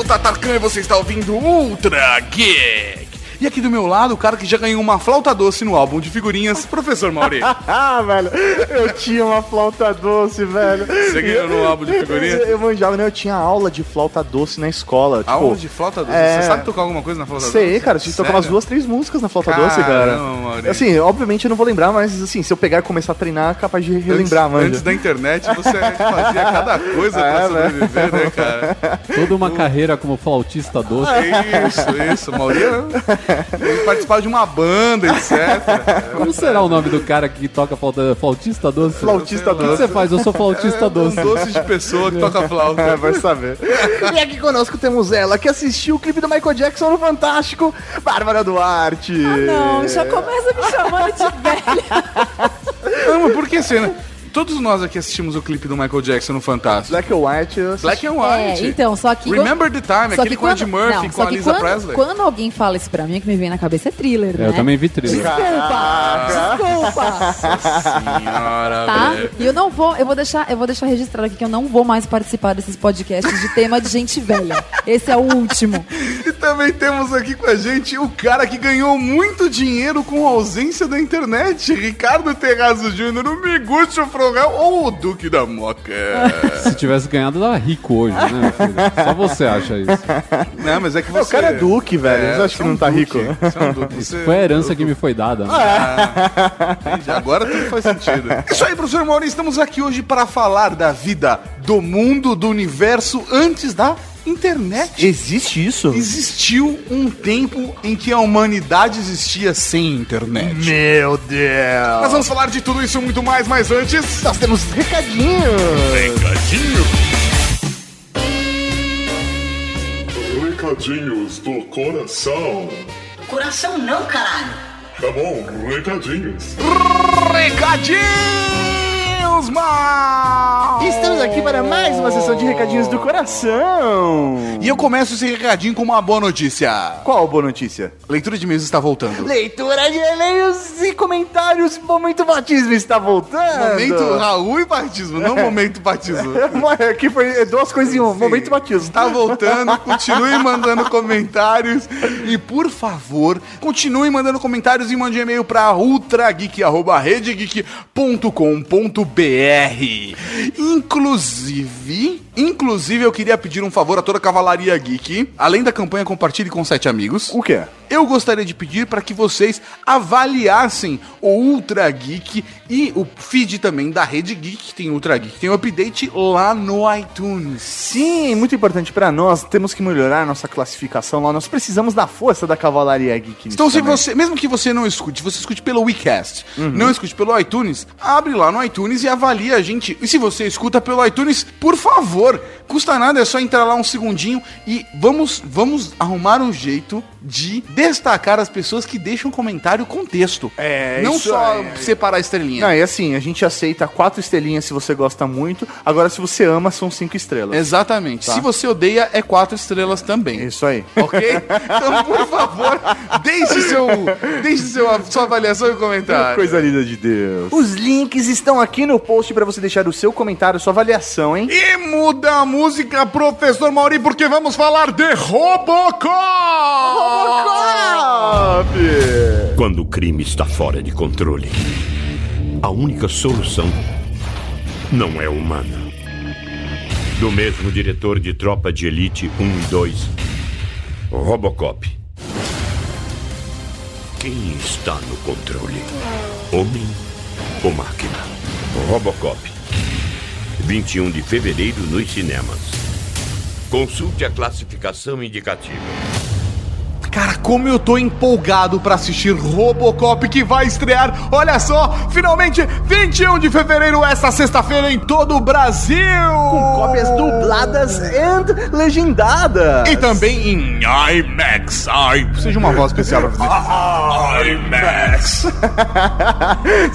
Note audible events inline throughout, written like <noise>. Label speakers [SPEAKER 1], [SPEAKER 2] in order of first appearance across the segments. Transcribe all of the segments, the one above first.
[SPEAKER 1] está Tarkan e você está ouvindo Ultra Geek. E aqui do meu lado, o cara que já ganhou uma flauta doce no álbum de figurinhas, <laughs> Professor Mauri.
[SPEAKER 2] Ah, <laughs> velho, eu tinha uma flauta doce, velho.
[SPEAKER 1] Você ganhou no álbum de figurinhas?
[SPEAKER 2] Eu manjava, né? Eu tinha aula de flauta doce na escola. Tipo,
[SPEAKER 1] Álbum de flauta doce?
[SPEAKER 2] é.
[SPEAKER 1] Você sabe tocar alguma coisa na flauta doce?
[SPEAKER 2] Sei, cara, a gente tocou umas duas, três músicas na flauta doce, cara.
[SPEAKER 1] Caramba, Maurício.
[SPEAKER 2] Assim, obviamente eu não vou lembrar, mas assim, se eu pegar e começar a treinar, é capaz de relembrar,
[SPEAKER 1] antes,
[SPEAKER 2] mano.
[SPEAKER 1] antes da internet, você fazia cada coisa <laughs> pra
[SPEAKER 2] É, né?
[SPEAKER 1] sobreviver, né, cara?
[SPEAKER 3] Toda uma carreira como flautista doce.
[SPEAKER 1] É. Isso, isso. <laughs> Maurício ele participava de uma banda, etc.
[SPEAKER 3] Como será o nome do cara que toca flauta, flautista doce?
[SPEAKER 2] Flautista
[SPEAKER 3] O que que
[SPEAKER 2] doce.
[SPEAKER 3] você faz? Eu sou flautista Tá doce.
[SPEAKER 1] Um doce de pessoa que toca
[SPEAKER 2] É,
[SPEAKER 1] flauta. <laughs>
[SPEAKER 2] vai saber. e aqui conosco temos ela, que assistiu o clipe do Michael Jackson no Fantástico, Bárbara Duarte.
[SPEAKER 4] Ah, não, já começa me chamando <laughs> de velha.
[SPEAKER 1] Não, mas por que cena? Todos nós aqui assistimos o clipe do Michael Jackson no Fantástico.
[SPEAKER 2] Black or White, eu assisti.
[SPEAKER 1] Black and
[SPEAKER 4] É,
[SPEAKER 1] White.
[SPEAKER 4] então, só que.
[SPEAKER 1] Remember the Time,
[SPEAKER 4] só
[SPEAKER 1] aquele
[SPEAKER 4] que
[SPEAKER 1] com Ed Murphy,
[SPEAKER 4] não,
[SPEAKER 1] com
[SPEAKER 4] só
[SPEAKER 1] a
[SPEAKER 4] que
[SPEAKER 1] Lisa
[SPEAKER 4] quando,
[SPEAKER 1] Presley.
[SPEAKER 4] Quando alguém fala isso pra mim, o que me vem na cabeça é thriller, né?
[SPEAKER 3] Eu
[SPEAKER 4] <laughs>
[SPEAKER 3] também vi trilha.
[SPEAKER 4] Desculpa, desculpa,
[SPEAKER 1] Senhora,
[SPEAKER 4] tá?
[SPEAKER 1] velho.
[SPEAKER 4] E eu não vou, eu vou deixar, eu vou deixar registrado aqui que eu não vou mais participar desses podcasts de tema de gente velha. Esse é o último.
[SPEAKER 1] E também temos aqui com a gente o cara que ganhou muito dinheiro com a ausência da internet, Ricardo Terrazzo Júnior, o Miguxo Frogel ou o Duque da Moca.
[SPEAKER 3] <laughs> Se tivesse ganhado, eu tava rico hoje, né? meu filho? Só você acha isso.
[SPEAKER 1] não, mas é que você...
[SPEAKER 2] O cara é Duque, velho.
[SPEAKER 1] É,
[SPEAKER 2] Você acha que
[SPEAKER 1] é um
[SPEAKER 2] não tá
[SPEAKER 1] Duque.
[SPEAKER 2] rico?
[SPEAKER 1] Você é um Duque. Você-
[SPEAKER 3] Foi a herança que me foi dada. né?
[SPEAKER 1] Entendi. Agora tudo faz sentido. <laughs> Isso aí, professor Maurício. Estamos aqui hoje para falar da vida, do mundo, do universo antes da internet.
[SPEAKER 2] Existe isso?
[SPEAKER 1] Existiu um tempo em que a humanidade existia sem internet.
[SPEAKER 2] Meu Deus.
[SPEAKER 1] Nós vamos falar de tudo isso e muito mais, mas antes.
[SPEAKER 2] Nós temos recadinho.
[SPEAKER 1] Recadinho.
[SPEAKER 5] Recadinhos do coração.
[SPEAKER 6] Coração não, <laughs> caralho.
[SPEAKER 5] Tá bom, recadinhos.
[SPEAKER 1] Recadinhos, mal!
[SPEAKER 2] Estamos aqui para mais uma sessão de recadinhos do coração.
[SPEAKER 1] E eu começo esse recadinho com uma boa notícia.
[SPEAKER 2] Qual a boa notícia?
[SPEAKER 1] Leitura de mesa está voltando.
[SPEAKER 2] Leitura de e-mails e comentários. Momento batismo está voltando.
[SPEAKER 1] Momento
[SPEAKER 2] <laughs>
[SPEAKER 1] Raul e batismo, não momento batismo.
[SPEAKER 2] Aqui foi duas coisas em um. Momento batismo.
[SPEAKER 1] Tá voltando, continue mandando comentários. E por favor, continue mandando comentários e mande um e-mail pra ultrageek.redegeek.com.br. Inclusive, inclusive, eu queria pedir um favor a toda a Cavalaria Geek. Além da campanha Compartilhe com Sete Amigos.
[SPEAKER 2] O quê?
[SPEAKER 1] Eu gostaria de pedir para que vocês avaliassem o Ultra Geek e o feed também da Rede Geek, tem Ultra Geek, tem o update lá no iTunes.
[SPEAKER 2] Sim, muito importante pra nós. Temos que melhorar nossa classificação lá. Nós precisamos da força da cavalaria geek. nisso
[SPEAKER 1] Então, se
[SPEAKER 2] também.
[SPEAKER 1] você, mesmo que você não escute, você escute pelo WeCast,
[SPEAKER 2] Uhum.
[SPEAKER 1] não escute pelo iTunes, abre lá no iTunes e avalia a gente. E se você escuta pelo iTunes, por favor, custa nada, é só entrar lá um segundinho e vamos, vamos arrumar um jeito de destacar as pessoas que deixam comentário com texto.
[SPEAKER 2] É,
[SPEAKER 1] não
[SPEAKER 2] isso
[SPEAKER 1] só
[SPEAKER 2] é.
[SPEAKER 1] separar a estrelinha.
[SPEAKER 2] Não, e assim, a gente aceita quatro estrelinhas se você gosta muito. Agora, se você ama, são cinco estrelas.
[SPEAKER 1] Exatamente. Se você odeia, é quatro estrelas também.
[SPEAKER 2] tá. Isso aí. <laughs>
[SPEAKER 1] Ok? Então, por favor, deixe, seu, deixe seu, sua avaliação e comentário.
[SPEAKER 2] Coisa linda de Deus. Os links estão aqui no post pra você deixar o seu comentário, sua avaliação, hein?
[SPEAKER 1] E muda a música, professor Mauri, porque vamos falar de Robocop!
[SPEAKER 7] Quando o crime está fora de controle, a única solução não é humana. Do mesmo diretor de Tropa de Elite 1 e 2, Robocop. Quem está no controle? Homem ou máquina? Robocop. 21 de fevereiro nos cinemas. Consulte a classificação indicativa.
[SPEAKER 1] Cara, como eu tô empolgado pra assistir Robocop que vai estrear, olha só, finalmente 21 de fevereiro, esta sexta-feira em todo o Brasil! Com
[SPEAKER 2] Cópias dubladas and legendadas.
[SPEAKER 1] E também em IMAX. I... Precisa de uma voz especial pra fazer. IMAX.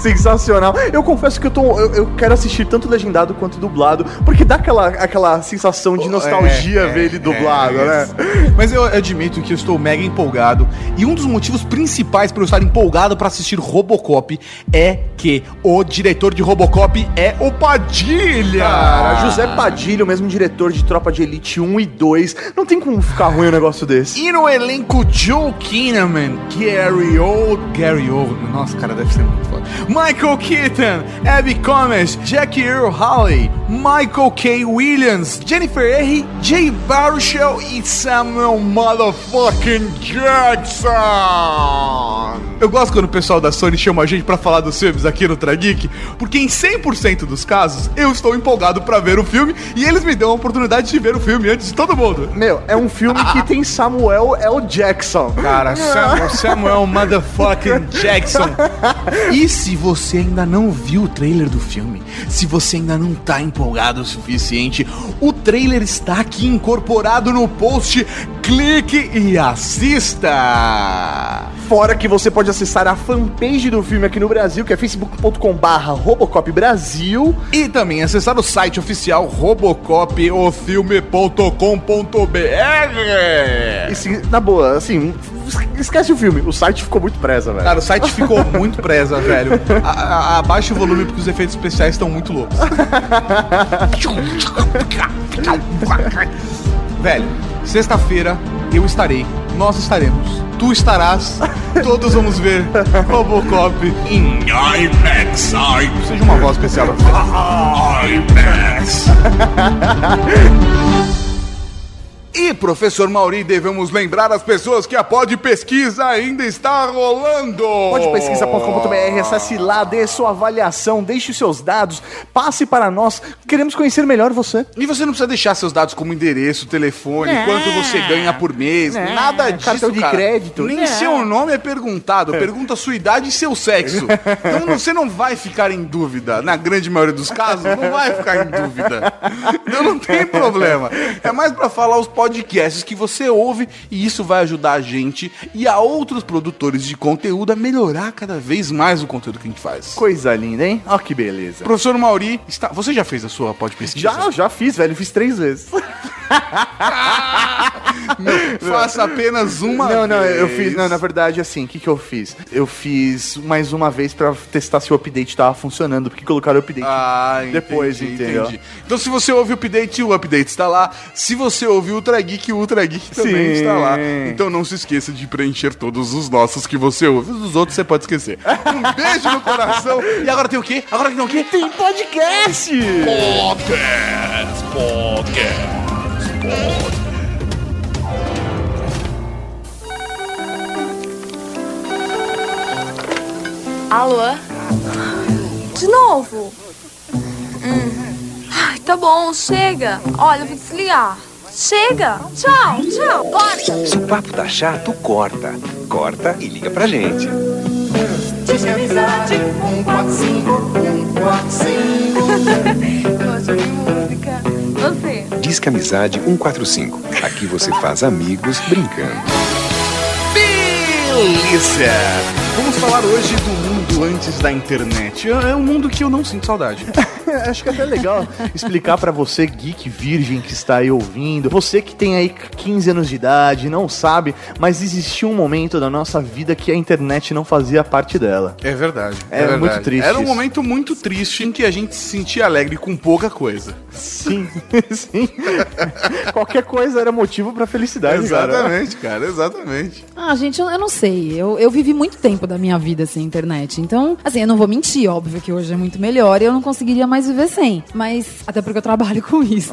[SPEAKER 2] <laughs> Sensacional. Eu confesso que eu, tô, eu, eu quero assistir tanto legendado quanto dublado, porque dá aquela, aquela sensação de nostalgia
[SPEAKER 1] é,
[SPEAKER 2] ver ele dublado, né?
[SPEAKER 1] Mas eu admito que eu estou mega empolgado. E um dos motivos principais para eu estar empolgado para assistir Robocop é que o diretor de Robocop é o Padilha.
[SPEAKER 2] Cara, José Padilha, o mesmo diretor de Tropa de Elite 1 e 2. Não tem como ficar ruim um negócio desse.
[SPEAKER 1] E no elenco Joe Kinnaman, Gary Old, Gary Oldman, nossa, cara, deve ser muito foda. Michael Keaton, Abby Comes, Jackie Earl Halley, Michael K. Williams, Jennifer Henry, Jay Baruchel e Samuel Motherfucking Jackson. Eu gosto quando o pessoal da Sony chama a gente pra falar dos filmes aqui no Trageek, porque em 100% dos casos eu estou empolgado pra ver o filme e eles me dão a oportunidade de ver o filme antes de todo mundo.
[SPEAKER 2] Meu, é um filme que tem Samuel L. Jackson.
[SPEAKER 1] Cara, Samuel, Samuel <laughs> motherfucking Jackson. E se você ainda não viu o trailer do filme, se você ainda não tá empolgado o suficiente, o trailer está aqui incorporado no post. Clique e assista!
[SPEAKER 2] Fora que você pode acessar a fanpage do filme aqui no Brasil, que é facebook.com/barra Robocop Brasil.
[SPEAKER 1] E também acessar o site oficial robocopofilme.com.br.
[SPEAKER 2] E se- na boa, assim, esquece o filme. O site ficou muito presa, velho.
[SPEAKER 1] Cara, o site ficou muito presa, velho. A- a- Abaixa o volume porque os efeitos especiais estão muito loucos. velho, sexta-feira eu estarei, nós estaremos, tu estarás, todos vamos ver Robocop em
[SPEAKER 5] IMAX, I-
[SPEAKER 1] seja uma voz especial.
[SPEAKER 5] IMAX.
[SPEAKER 1] E, professor Mauri, devemos lembrar as pessoas que a Pod Pesquisa ainda está rolando.
[SPEAKER 2] Pode pesquisa.com.br, acesse lá, dê sua avaliação, deixe os seus dados, passe para nós. Queremos conhecer melhor você.
[SPEAKER 1] E você não precisa deixar seus dados como endereço, telefone, quanto você ganha por mês, nada disso,
[SPEAKER 2] Cartão de
[SPEAKER 1] cara.
[SPEAKER 2] crédito.
[SPEAKER 1] Nem seu nome é perguntado, pergunta sua idade e seu sexo. Então
[SPEAKER 2] <laughs>
[SPEAKER 1] não- você não vai ficar em dúvida, na grande maioria dos casos, não vai ficar em dúvida. Então não tem problema. É mais pra falar os podcasts que você ouve e isso vai ajudar a gente e a outros produtores de conteúdo a melhorar cada vez mais o conteúdo que a gente faz.
[SPEAKER 2] Coisa linda, hein? Ó, que beleza.
[SPEAKER 1] Professor Mauri, está... você já fez a sua pod-pesquisa?
[SPEAKER 2] Já, já fiz, velho. Fiz três vezes.
[SPEAKER 1] <laughs> Faça apenas uma
[SPEAKER 2] não, não, eu
[SPEAKER 1] vez.
[SPEAKER 2] fiz. Não, na verdade, assim, o que, que eu fiz? Eu fiz mais uma vez pra testar se o update tava funcionando, porque colocaram o update.
[SPEAKER 1] Ah, entendi,
[SPEAKER 2] Depois, entendeu?
[SPEAKER 1] Então, se você ouve o update, o update está lá. Se você ouve o Ultra Geek, o Ultra Geek também
[SPEAKER 2] Sim.
[SPEAKER 1] está lá. Então, não se esqueça de preencher todos os nossos que você ouve. Os dos outros você pode <laughs> esquecer. Um beijo no coração. E agora tem o quê? Agora tem o quê?
[SPEAKER 2] Tem podcast!
[SPEAKER 5] Podcast, podcast, podcast.
[SPEAKER 8] Alô? De novo? Hum. Ai, tá bom, chega. Olha, eu vou desligar. Chega. Tchau, tchau. Corta.
[SPEAKER 9] Se o papo tá chato, corta. Corta e liga pra gente.
[SPEAKER 8] <laughs> Eu gosto de música. Você.
[SPEAKER 9] Disque Amizade 145. Aqui você faz amigos brincando.
[SPEAKER 1] Beleza! é. Vamos falar hoje do mundo antes da internet. É um mundo que eu não sinto saudade.
[SPEAKER 2] Acho que é até legal explicar pra você, geek virgem que está aí ouvindo, você que tem aí 15 anos de idade, não sabe, mas existiu um momento da nossa vida que a internet não fazia parte dela.
[SPEAKER 1] <laughs> É verdade.
[SPEAKER 2] É muito
[SPEAKER 1] verdade.
[SPEAKER 2] triste
[SPEAKER 1] Era um
[SPEAKER 2] isso.
[SPEAKER 1] momento muito triste em que a gente se sentia alegre com pouca coisa.
[SPEAKER 2] Sim, <laughs> sim. Qualquer coisa era motivo pra felicidade, cara.
[SPEAKER 1] Exatamente, cara, exatamente.
[SPEAKER 4] Ah, gente, eu, eu não sei. Eu, eu vivi muito tempo da minha vida sem internet. Então, assim, eu não vou mentir, óbvio que hoje é muito melhor e eu não conseguiria mais viver sem. Mas, até porque eu trabalho <laughs>
[SPEAKER 1] <laughs>
[SPEAKER 4] com isso.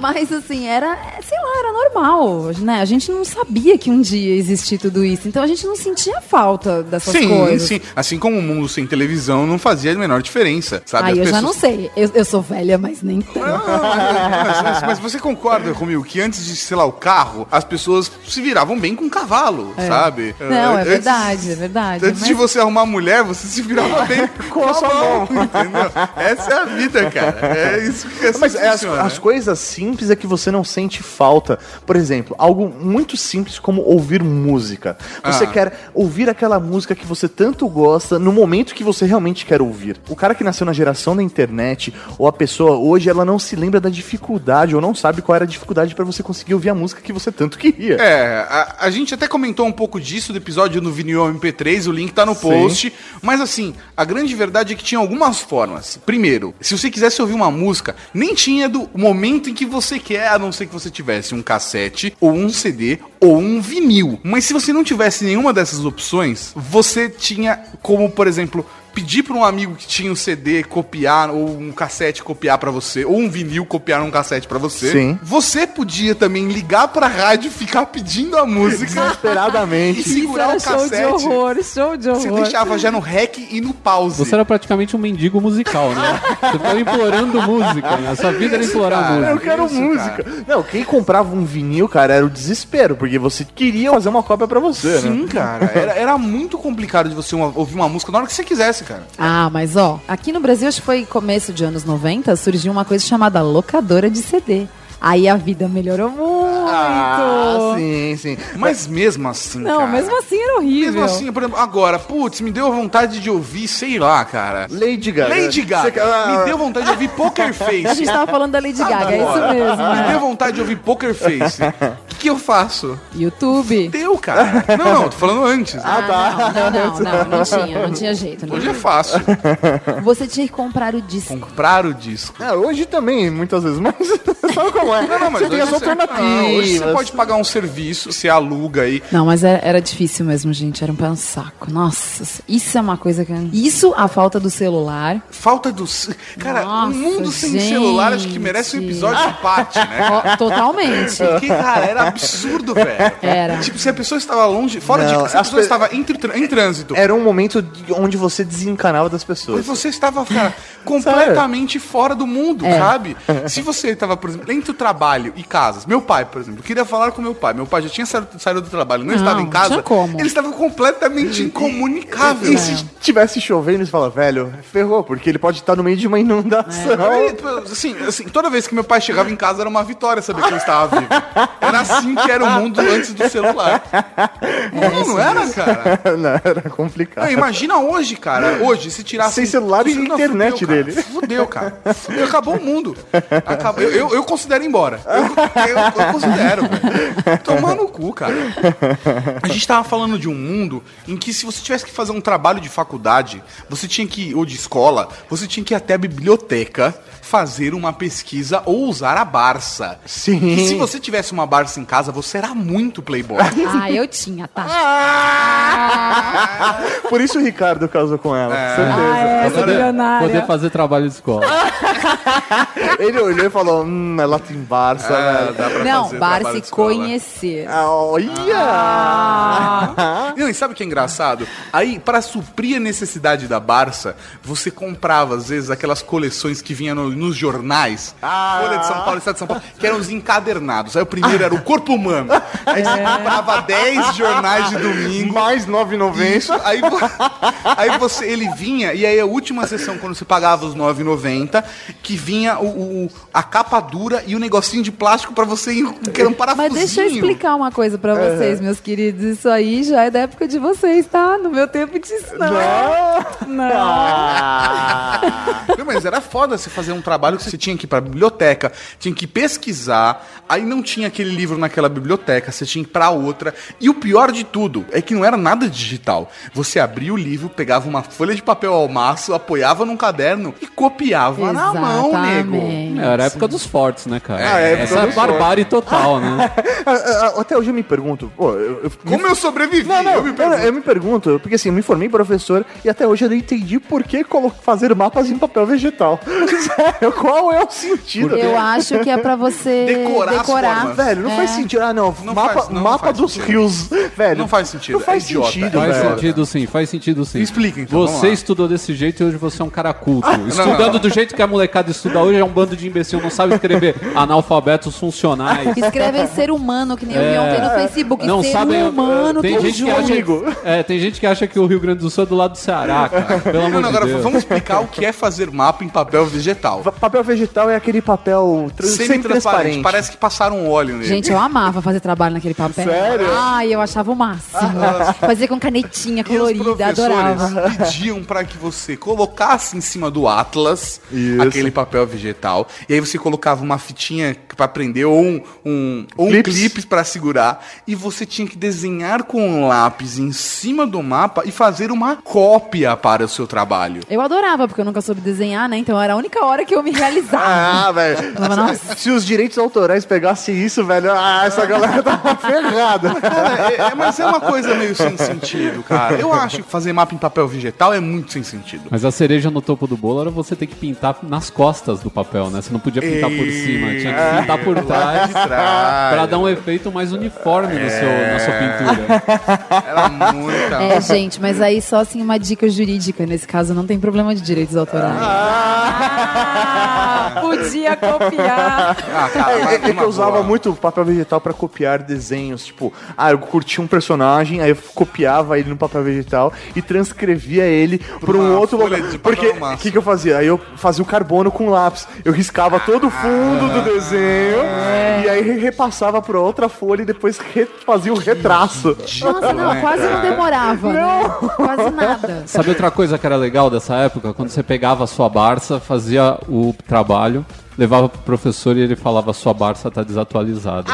[SPEAKER 4] Mas, assim, era, é, sei lá, era normal, né? A gente não sabia que um dia existia tudo isso. Então, a gente não sentia falta dessas
[SPEAKER 1] Sim,
[SPEAKER 4] coisas.
[SPEAKER 1] sim. Assim como o mundo sem televisão não fazia a menor diferença, sabe?
[SPEAKER 4] Aí
[SPEAKER 1] As
[SPEAKER 4] Ah, eu já não
[SPEAKER 1] pessoas-
[SPEAKER 4] sei. Eu, eu sou velha, mas nem tanto.
[SPEAKER 1] <laughs> Mas, mas- mas você concorda comigo que antes de, sei lá, o carro, as pessoas se viravam bem com o cavalo, sabe?
[SPEAKER 4] Não, é
[SPEAKER 1] Antes-
[SPEAKER 4] verdade, é verdade.
[SPEAKER 1] Antes de
[SPEAKER 4] Mas-
[SPEAKER 1] você arrumar mulher, você se virava
[SPEAKER 4] <laughs>
[SPEAKER 1] bem com a sua mão, entendeu? Essa é a vida, cara. É isso que assim
[SPEAKER 2] Mas é, as,
[SPEAKER 1] funciona.
[SPEAKER 2] as coisas simples é que você não sente falta. Por exemplo, algo muito simples como ouvir música. Você
[SPEAKER 1] Ah.
[SPEAKER 2] quer ouvir aquela música que você tanto gosta no momento que você realmente quer ouvir. O cara que nasceu na geração da internet, ou a pessoa hoje, ela não se lembra da dificuldade, ou não sabe qual era a dificuldade pra você conseguir ouvir a música que você tanto queria.
[SPEAKER 1] É, a, a gente até comentou um pouco disso do episódio no Vinil MP3, o link tá no post. Mas assim, a grande verdade é que tinha algumas formas. Primeiro, se você quisesse ouvir uma música, nem tinha do momento em que você quer, a não ser que você tivesse um cassete, ou um CD, ou um vinil. Mas se você não tivesse nenhuma dessas opções, você tinha como, por exemplo, pedir para um amigo que tinha um CD copiar ou um cassete copiar pra você ou um vinil copiar um cassete pra você.
[SPEAKER 2] Sim.
[SPEAKER 1] Você podia também ligar pra rádio e ficar pedindo a música.
[SPEAKER 2] Desesperadamente.
[SPEAKER 1] Sim. segurar
[SPEAKER 4] <laughs> Isso
[SPEAKER 1] o
[SPEAKER 4] era
[SPEAKER 1] cassete.
[SPEAKER 4] Show de horror, show de horror.
[SPEAKER 1] Você deixava já no rec e no pause.
[SPEAKER 3] Você era praticamente um mendigo musical, né? Você ficava implorando música, né? A sua vida era implorar
[SPEAKER 1] cara.
[SPEAKER 2] Eu
[SPEAKER 3] música.
[SPEAKER 2] quero
[SPEAKER 1] Isso,
[SPEAKER 2] música. Não, quem comprava um vinil, cara, era o desespero, porque você queria fazer uma cópia pra você, né?
[SPEAKER 1] Sim, cara. Era, era muito complicado de você uma- ouvir uma música na hora que você quisesse, cara.
[SPEAKER 4] Ah, mas ó, aqui no Brasil, acho que foi começo de anos 90, surgiu uma coisa chamada locadora de CD. Aí a vida melhorou muito.
[SPEAKER 2] Ah, sim, sim.
[SPEAKER 1] Mas mesmo assim,
[SPEAKER 4] Não,
[SPEAKER 1] cara,
[SPEAKER 4] mesmo assim era horrível.
[SPEAKER 1] Mesmo assim, por exemplo, agora, putz, me deu vontade de ouvir, sei lá, cara.
[SPEAKER 2] Lady Gaga.
[SPEAKER 1] Lady Gaga.
[SPEAKER 2] Você quer- ah,
[SPEAKER 1] Me deu vontade de ouvir
[SPEAKER 2] <laughs>
[SPEAKER 1] Poker Face.
[SPEAKER 4] A gente tava falando da Lady Gaga, é isso
[SPEAKER 1] Agora.
[SPEAKER 4] mesmo.
[SPEAKER 1] Me
[SPEAKER 4] é.
[SPEAKER 1] deu vontade de ouvir Poker Face. O que, que eu faço?
[SPEAKER 4] YouTube.
[SPEAKER 1] Deu, cara. Não, não, tô falando antes. né?
[SPEAKER 4] Ah, não, não, não, não, não tinha, não tinha jeito. não.
[SPEAKER 1] Hoje é fácil.
[SPEAKER 4] Você tinha que comprar o disco.
[SPEAKER 1] Comprar o disco.
[SPEAKER 2] É, hoje também, muitas vezes, mas <laughs> sabe como é? você tem
[SPEAKER 1] hoje
[SPEAKER 2] as alternativas.
[SPEAKER 1] Ah, hoje você pode pagar um serviço, você aluga aí.
[SPEAKER 4] Não, mas é, era, era difícil mesmo, gente. Era um pé no saco. Nossa, isso é uma coisa que. Isso, a falta do celular.
[SPEAKER 1] Falta do. ce- Cara, um
[SPEAKER 4] Nossa,
[SPEAKER 1] mundo sem celular acho que
[SPEAKER 4] gente.
[SPEAKER 1] merece um episódio à parte, né?
[SPEAKER 4] <laughs>
[SPEAKER 1] <laughs>
[SPEAKER 4] Ó, Totalmente.
[SPEAKER 1] Porque, cara, era absurdo, velho.
[SPEAKER 4] Era.
[SPEAKER 1] Tipo, se a pessoa estava longe, fora de
[SPEAKER 2] Não,
[SPEAKER 1] casa, se a
[SPEAKER 2] as
[SPEAKER 1] pessoa
[SPEAKER 2] pe-
[SPEAKER 1] estava entre o trân- em trânsito.
[SPEAKER 2] Era um momento de- onde você desencanava das pessoas.
[SPEAKER 1] Mas você estava,
[SPEAKER 2] <laughs>
[SPEAKER 1] cara, completamente fora do mundo,
[SPEAKER 4] É.
[SPEAKER 1] sabe? Se você estava, por exemplo, entre o trabalho e casas, meu pai, por exemplo, eu queria falar com meu pai. Meu pai já tinha saído, saído do trabalho, não,
[SPEAKER 4] Não,
[SPEAKER 1] estava em
[SPEAKER 4] não
[SPEAKER 1] casa.
[SPEAKER 4] tinha como. É.
[SPEAKER 1] Ele estava completamente incomunicável.
[SPEAKER 2] E se tivesse chovendo, você fala, velho, ferrou, porque ele pode estar no meio de uma inundação. <laughs>
[SPEAKER 1] Ele, Assim, assim, toda vez que meu pai chegava em casa era uma vitória saber que eu estava vivo. Era assim que era o mundo antes do celular. Não, não era, cara.
[SPEAKER 2] Não, era
[SPEAKER 1] Não,
[SPEAKER 2] É complicado.
[SPEAKER 1] imagina hoje, cara. Hoje, se tirar
[SPEAKER 2] Sem celular e sem internet
[SPEAKER 1] fudeu, cara.
[SPEAKER 2] dele.
[SPEAKER 1] Fudeu, cara. Fudeu, acabou o mundo. Acabou. Eu, eu, eu considero ir embora. Eu, eu- eu considero, velho. Tomar no cu, cara. A gente tava falando de um mundo em que se você tivesse que fazer um trabalho de faculdade, você tinha que ou de escola, você tinha que ir até a biblioteca fazer uma pesquisa ou usar a Barça.
[SPEAKER 2] Sim.
[SPEAKER 1] E se você tivesse uma Barça em casa, você era muito playboy.
[SPEAKER 4] Ah, eu tinha, tá.
[SPEAKER 2] Por isso o Ricardo casou com ela,
[SPEAKER 4] Ah,
[SPEAKER 2] certeza.
[SPEAKER 4] é, essa milionária.
[SPEAKER 3] poder fazer trabalho de escola.
[SPEAKER 2] Ele olhou e falou, hum, ela tem Barça,
[SPEAKER 1] Ah,
[SPEAKER 2] velho.
[SPEAKER 1] dá pra
[SPEAKER 4] Não,
[SPEAKER 1] fazer
[SPEAKER 4] bar
[SPEAKER 1] trabalho
[SPEAKER 4] se
[SPEAKER 1] de escola.
[SPEAKER 4] conhecer.
[SPEAKER 2] Ah, Olha!
[SPEAKER 1] Não, e sabe o que é engraçado? Aí, para suprir a necessidade da Barça, você comprava, às vezes, aquelas coleções que vinham no- nos jornais.
[SPEAKER 2] Ah.
[SPEAKER 1] Folha de São Paulo, Estado de São Paulo, que eram os encadernados. Aí o primeiro era o Corpo Humano. Aí
[SPEAKER 4] É.
[SPEAKER 1] você comprava 10 jornais de domingo.
[SPEAKER 2] Mais 9,90.
[SPEAKER 1] Isso, aí, vo- <laughs> aí você, ele vinha, e aí a última sessão, quando você pagava os 9,90, que vinha o, o- a capa dura e o negocinho de plástico pra você, en- que era um parafusinho.
[SPEAKER 4] Ah, Mas deixa eu explicar uma coisa pra vocês, meus queridos. Isso aí já é da época de vocês, tá? No meu tempo disso não. Não.
[SPEAKER 2] Ah,
[SPEAKER 1] Não, mas era foda você fazer um trabalho que você tinha que ir pra biblioteca, tinha que pesquisar, aí não tinha aquele livro naquela biblioteca, você tinha que ir pra outra. E o pior de tudo é que não era nada digital. Você abria o livro, pegava uma folha de papel ao maço, apoiava num caderno e copiava na mão, nego.
[SPEAKER 4] Exatamente.
[SPEAKER 3] Não, era a época dos fortes, né, cara?
[SPEAKER 1] É, a época
[SPEAKER 3] Essa é
[SPEAKER 2] dos
[SPEAKER 3] barbárie total, né?
[SPEAKER 2] Ah, ah, ah, Até hoje eu me pergunto, pô, eu, eu-
[SPEAKER 1] Como eu sobrevivi?
[SPEAKER 2] Não, não, eu
[SPEAKER 1] eu me pergunto.
[SPEAKER 2] eu me pergunto, porque assim, eu me formei professor e até hoje eu não entendi por que colo- fazer mapas em papel vegetal. <laughs> Sério, qual é o sentido?
[SPEAKER 4] Eu acho que é pra você
[SPEAKER 1] Decorar as
[SPEAKER 4] decorar. É.
[SPEAKER 1] formas.
[SPEAKER 2] Velho, não faz sentido. Ah, não,
[SPEAKER 1] Não
[SPEAKER 2] mapa,
[SPEAKER 1] faz- não
[SPEAKER 2] mapa
[SPEAKER 1] faz
[SPEAKER 2] dos
[SPEAKER 1] sentido.
[SPEAKER 2] rios, velho.
[SPEAKER 1] Não faz sentido,
[SPEAKER 2] Não faz
[SPEAKER 1] é idiota,
[SPEAKER 2] sentido,
[SPEAKER 1] é
[SPEAKER 3] Faz
[SPEAKER 1] Velho.
[SPEAKER 2] velho.
[SPEAKER 3] sentido sim, faz sentido sim.
[SPEAKER 1] Explica, então, vamos
[SPEAKER 3] Você
[SPEAKER 1] lá. Ah,
[SPEAKER 3] estudou desse jeito e hoje você é um cara culto.
[SPEAKER 1] não,
[SPEAKER 3] Estudando
[SPEAKER 1] não.
[SPEAKER 3] do jeito que a molecada estudar hoje é um bando de imbecil, não sabe
[SPEAKER 1] <laughs>
[SPEAKER 3] escrever analfabetos funcionais.
[SPEAKER 4] Escrevem ser humano, que nem eu vi ontem no Facebook.
[SPEAKER 3] É. Não
[SPEAKER 4] ser
[SPEAKER 3] sabe,
[SPEAKER 4] humano,
[SPEAKER 3] tem
[SPEAKER 4] tudo
[SPEAKER 3] gente que
[SPEAKER 4] junto.
[SPEAKER 3] acha, é, tem gente que acha que o Rio Grande do Sul é do lado do Ceará,
[SPEAKER 1] <laughs>
[SPEAKER 3] cara. Pelo
[SPEAKER 1] Não,
[SPEAKER 3] amor
[SPEAKER 1] não,
[SPEAKER 3] de
[SPEAKER 1] agora
[SPEAKER 3] Deus.
[SPEAKER 1] vamos explicar o que é fazer mapa em papel vegetal.
[SPEAKER 2] Va- Papel vegetal é aquele papel trans-
[SPEAKER 1] Semi-transparente, parece que passaram óleo nele.
[SPEAKER 4] Gente, eu amava fazer trabalho naquele papel.
[SPEAKER 2] Sério?
[SPEAKER 4] Ai, eu achava
[SPEAKER 2] <laughs>
[SPEAKER 4] o máximo. Fazia com canetinha
[SPEAKER 1] E os
[SPEAKER 4] colorida, adorava.
[SPEAKER 1] pediam para que você colocasse em cima do Atlas
[SPEAKER 2] Isso.
[SPEAKER 1] aquele papel vegetal. E aí você colocava uma fitinha para prender ou um, um, ou um
[SPEAKER 2] Clips.
[SPEAKER 1] clipe para segurar. E você tinha que desenhar com um lápis em cima do mapa e fazer uma cópia para o seu trabalho.
[SPEAKER 4] Eu adorava, porque eu nunca soube desenhar, né? Então era a única hora que eu me realizava.
[SPEAKER 2] Ah, velho.
[SPEAKER 4] Nossa.
[SPEAKER 2] Se os direitos autorais pegassem isso, velho, ah, essa galera tava <laughs> ferrada.
[SPEAKER 4] <laughs>
[SPEAKER 1] Cara, é- é- mas é uma coisa meio sem sentido, cara. Eu acho que fazer mapa em papel vegetal é muito sem sentido.
[SPEAKER 3] Mas a cereja no topo do bolo era você ter que pintar nas costas do papel, né? Você não podia pintar por cima, tinha que pintar por trás pra dar um efeito mais uniforme
[SPEAKER 1] É.
[SPEAKER 3] no seu, na sua pintura.
[SPEAKER 1] Era muita.
[SPEAKER 4] É, gente, mas aí só assim uma dica jurídica. Nesse caso, não tem problema de direitos autorais. Ah, podia copiar.
[SPEAKER 1] Ah, cara,
[SPEAKER 2] É,
[SPEAKER 1] mas
[SPEAKER 2] é que
[SPEAKER 1] numa
[SPEAKER 2] eu usava
[SPEAKER 1] boa.
[SPEAKER 2] muito papel vegetal pra copiar desenhos. Tipo, ah, eu curtia um personagem, aí eu copiava ele no papel vegetal e transcrevia ele pra um
[SPEAKER 1] uma
[SPEAKER 2] outro
[SPEAKER 1] folha
[SPEAKER 2] lugar.
[SPEAKER 1] de papel
[SPEAKER 2] Porque o
[SPEAKER 1] massa.
[SPEAKER 2] que, que eu fazia? Aí eu fazia o carbono com lápis. Eu riscava todo o fundo
[SPEAKER 1] Ah.
[SPEAKER 2] do desenho e aí re- repassava pra outra folha e depois re- fazia o retraço.
[SPEAKER 4] Nossa, não, quase não demorava. Né? Quase nada.
[SPEAKER 3] Sabe outra coisa que era legal dessa época? Quando você pegava a sua Barça, fazia o trabalho, levava pro professor e ele falava, sua Barça tá
[SPEAKER 1] <laughs>
[SPEAKER 3] desatualizada.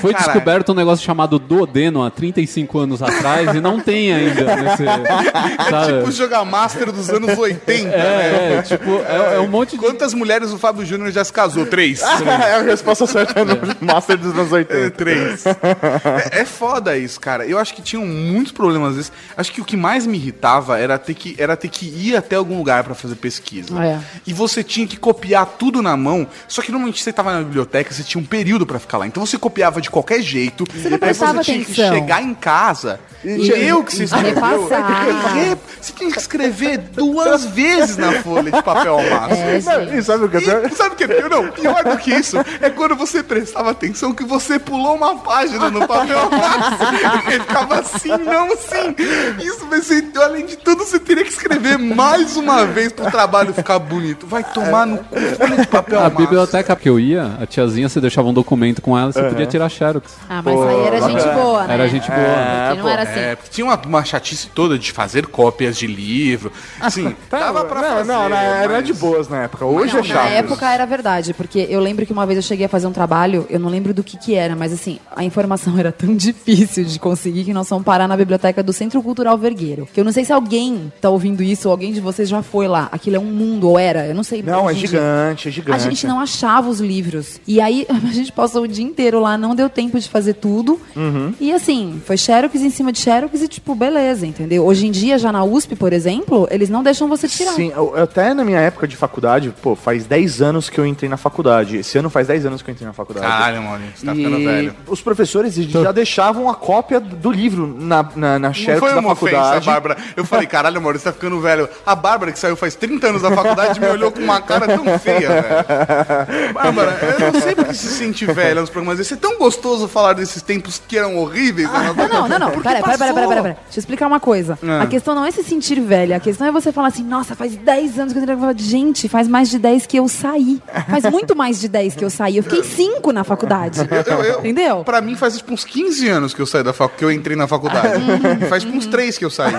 [SPEAKER 3] Foi
[SPEAKER 1] Caralho.
[SPEAKER 3] descoberto um negócio chamado Duodeno há 35 anos atrás e não tem
[SPEAKER 1] <laughs>
[SPEAKER 3] ainda nesse... sabe?
[SPEAKER 1] Tipo jogar master dos anos 80, né?
[SPEAKER 3] É, é, tipo, é, é um monte de
[SPEAKER 1] Quantas mulheres o Fábio Júnior já se casou? Três.
[SPEAKER 3] Ah,
[SPEAKER 2] <laughs> é a resposta
[SPEAKER 1] <laughs>
[SPEAKER 2] certa no Master dos anos 80.
[SPEAKER 1] Três. É, é foda isso, cara. Eu acho que tinham muitos problemas vezes. Acho que o que mais me irritava era ter que, era ter que ir até algum lugar pra fazer pesquisa.
[SPEAKER 4] É.
[SPEAKER 1] E você tinha que copiar tudo na mão. Só que normalmente você tava na biblioteca, você tinha um período pra ficar lá. Então você copiava de qualquer jeito.
[SPEAKER 4] não
[SPEAKER 1] aí você
[SPEAKER 4] prestava
[SPEAKER 1] tinha que
[SPEAKER 4] atenção.
[SPEAKER 1] chegar em casa e eu que se escreveu.
[SPEAKER 4] repassar.
[SPEAKER 1] e re- Você tinha que escrever duas vezes na folha de papel ao máximo.
[SPEAKER 4] É,
[SPEAKER 2] Não,
[SPEAKER 4] gente.
[SPEAKER 2] e sabe o que é pior?
[SPEAKER 1] E, sabe o que é pior? Não, pior do que isso é quando você prestava atenção que você pulou uma página no papel amasso. Ele ficava assim, não sim. Isso, mas você, além de tudo, você teria que escrever mais uma vez pro trabalho ficar bonito. Vai tomar no cu folha de papel
[SPEAKER 3] A
[SPEAKER 1] amasso.
[SPEAKER 3] biblioteca que eu ia, a tiazinha, você deixava um documento com ela, você podia tirar xerox.
[SPEAKER 4] Ah, mas aí era gente boa, né?
[SPEAKER 3] Era gente boa. né?
[SPEAKER 4] Porque não era assim.
[SPEAKER 1] É, porque tinha uma, uma chatice toda de fazer cópias de livro. Assim, dava pra
[SPEAKER 2] Ah, tá, não,
[SPEAKER 1] fazer. né?
[SPEAKER 2] não, na- era
[SPEAKER 1] mas-
[SPEAKER 2] de boas na época. Hoje
[SPEAKER 4] Não,
[SPEAKER 2] é chato.
[SPEAKER 4] Na época era verdade, porque eu lembro que uma vez eu cheguei a fazer um trabalho, eu não lembro do que que era, mas assim, a informação <laughs> era tão difícil de conseguir que nós fomos parar na biblioteca do Centro Cultural Vergueiro. Que eu não sei se alguém tá ouvindo isso, ou alguém de vocês já foi lá. Aquilo é um mundo, ou era, eu não sei.
[SPEAKER 2] Não, é
[SPEAKER 4] hoje em dia.
[SPEAKER 2] gigante, é
[SPEAKER 4] A
[SPEAKER 2] gigante.
[SPEAKER 4] gente não achava os livros. E aí <laughs> a gente passou o dia inteiro lá, não deu tempo de fazer tudo.
[SPEAKER 2] Uhum.
[SPEAKER 4] E assim, foi xerox em cima de xerox e tipo, beleza, entendeu? Hoje em dia, já na USP, por exemplo, eles não deixam você tirar.
[SPEAKER 2] Sim, eu- eu até na minha época de faculdade, pô, faz 10 anos que eu entrei na faculdade. Esse ano faz 10 anos que eu entrei na faculdade.
[SPEAKER 1] Caralho, Maurinho, você tá ficando
[SPEAKER 2] E
[SPEAKER 1] velho.
[SPEAKER 2] Os professores eles já deixavam a cópia do livro na, na, na
[SPEAKER 1] Não
[SPEAKER 2] xerox
[SPEAKER 1] foi
[SPEAKER 2] da
[SPEAKER 1] uma ofensa,
[SPEAKER 2] faculdade.
[SPEAKER 1] Bárbara. Eu
[SPEAKER 2] <laughs>
[SPEAKER 1] falei, caralho, amor, você tá ficando velho. A Bárbara, que saiu faz 30 anos da faculdade, me olhou com uma cara tão feia, velho. Bárbara, eu não sei porque se sente velha nos programas. Isso é tão gostoso falar desses tempos que eram horríveis. né?
[SPEAKER 4] Ah, Não, não, não, não.
[SPEAKER 1] Porque
[SPEAKER 4] Pera, pera, pera,
[SPEAKER 1] passou.
[SPEAKER 4] pera, pera, pera. Deixa eu explicar uma coisa. A questão não é se sentir velha. A questão é você falar assim, nossa, faz 10 anos que eu entrei na faculdade. Gente, faz mais de 10 que eu saí. Faz muito mais de 10 que eu saí. Eu fiquei 5 na faculdade.
[SPEAKER 1] Eu- eu-
[SPEAKER 4] Entendeu?
[SPEAKER 1] Pra mim faz tipo, uns 15 anos que eu saí da facu, que eu entrei na faculdade.
[SPEAKER 4] Uhum.
[SPEAKER 1] E faz tipo, uns 3 que eu saí.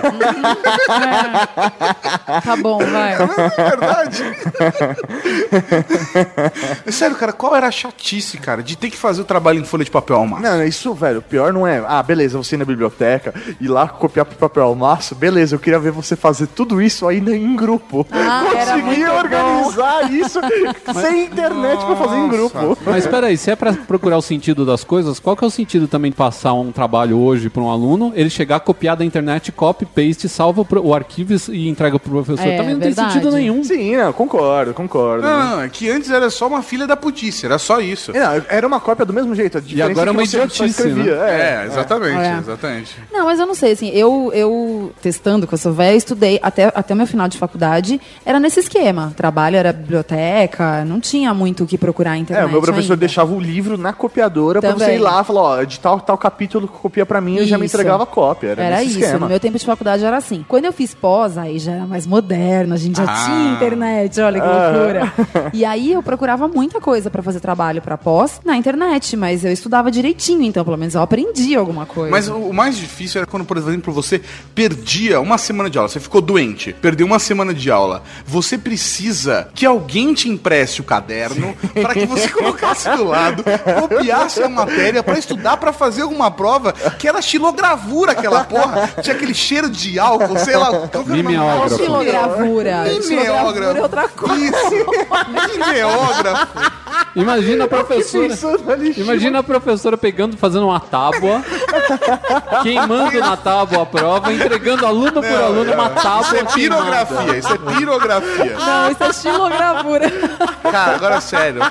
[SPEAKER 4] Tá bom, vai.
[SPEAKER 1] É verdade. <laughs> É Sério, cara, qual era a chatice, cara, de ter que fazer o trabalho em folha de papel ao máximo?
[SPEAKER 2] Não, não, isso, velho, o pior não é. Ah, beleza, você ir na biblioteca e lá copiar pro papel ao maço, beleza, eu queria ver você fazer tudo isso ainda em grupo.
[SPEAKER 4] Ah, era
[SPEAKER 2] Conseguir
[SPEAKER 4] muito
[SPEAKER 1] <laughs>
[SPEAKER 2] organizar isso sem internet pra fazer em grupo.
[SPEAKER 3] Mas peraí, se é pra procurar o sentido das coisas, qual que é o sentido também de passar um trabalho hoje pra um aluno, ele chegar, copiar da internet, copy, paste, salva pro- o arquivo e entrega pro professor?
[SPEAKER 4] É,
[SPEAKER 3] também não tem
[SPEAKER 4] verdade.
[SPEAKER 3] sentido nenhum. nenhum.
[SPEAKER 2] Sim, não, concordo, concordo.
[SPEAKER 1] Não, não, é que antes era só uma filha da putice, era só isso.
[SPEAKER 2] né? É, não, era uma cópia do mesmo jeito. a diferença
[SPEAKER 3] agora
[SPEAKER 2] que
[SPEAKER 3] é uma
[SPEAKER 2] você só
[SPEAKER 3] idiotice,
[SPEAKER 2] escrevia,
[SPEAKER 1] É, exatamente,
[SPEAKER 4] É.
[SPEAKER 1] exatamente.
[SPEAKER 4] Não, mas eu não sei, assim, eu, eu testando com essa véia, eu estudei até, até o meu final de faculdade, era nesse esquema. Trabalho era biblioteca, não tinha muito o que procurar na internet.
[SPEAKER 2] É, o meu professor
[SPEAKER 4] ainda.
[SPEAKER 2] deixava o livro na copiadora pra você
[SPEAKER 4] Também.
[SPEAKER 2] ir lá e falar, ó, de tal, tal capítulo copia pra mim, eu já me
[SPEAKER 4] Isso.
[SPEAKER 2] entregava a cópia. Era,
[SPEAKER 4] Era
[SPEAKER 2] nesse
[SPEAKER 4] isso,
[SPEAKER 2] esquema.
[SPEAKER 4] no
[SPEAKER 2] <laughs>
[SPEAKER 4] meu tempo de faculdade era assim. Quando eu fiz pós, aí já era mais moderno, a gente já
[SPEAKER 1] Ah.
[SPEAKER 4] tinha internet, olha que
[SPEAKER 2] Ah. <laughs>
[SPEAKER 4] loucura. E aí eu procurava muita coisa pra fazer trabalho pra pós na internet, mas eu estudava direitinho, então pelo menos eu aprendi alguma coisa.
[SPEAKER 1] Mas o o mais difícil era quando, por exemplo, você perdia uma semana de aula. Você ficou doente, perdeu uma semana de aula. Você precisa que alguém te empreste o caderno para que você <laughs> colocasse do lado, copiasse a matéria para estudar, para fazer alguma prova que era xilogravura, aquela porra. Tinha aquele cheiro de álcool, sei lá. qual que era o nome?
[SPEAKER 3] Mimeógrafo.
[SPEAKER 1] Nossa,
[SPEAKER 4] Xilogravura. Xilogravura
[SPEAKER 1] Mimeógrafo.
[SPEAKER 4] é outra coisa.
[SPEAKER 1] Isso. Mimeógrafo.
[SPEAKER 3] Imagina a professora.
[SPEAKER 2] Pensando ali,
[SPEAKER 3] Imagina a professora pegando, fazendo uma tábua, queimando na tábua a prova, entregando aluno por aluno uma
[SPEAKER 1] Isso
[SPEAKER 3] tábua.
[SPEAKER 1] é pirografia, isso é pirografia.
[SPEAKER 4] <laughs> Não, isso é xilogravura.
[SPEAKER 1] <laughs> Cara, agora sério.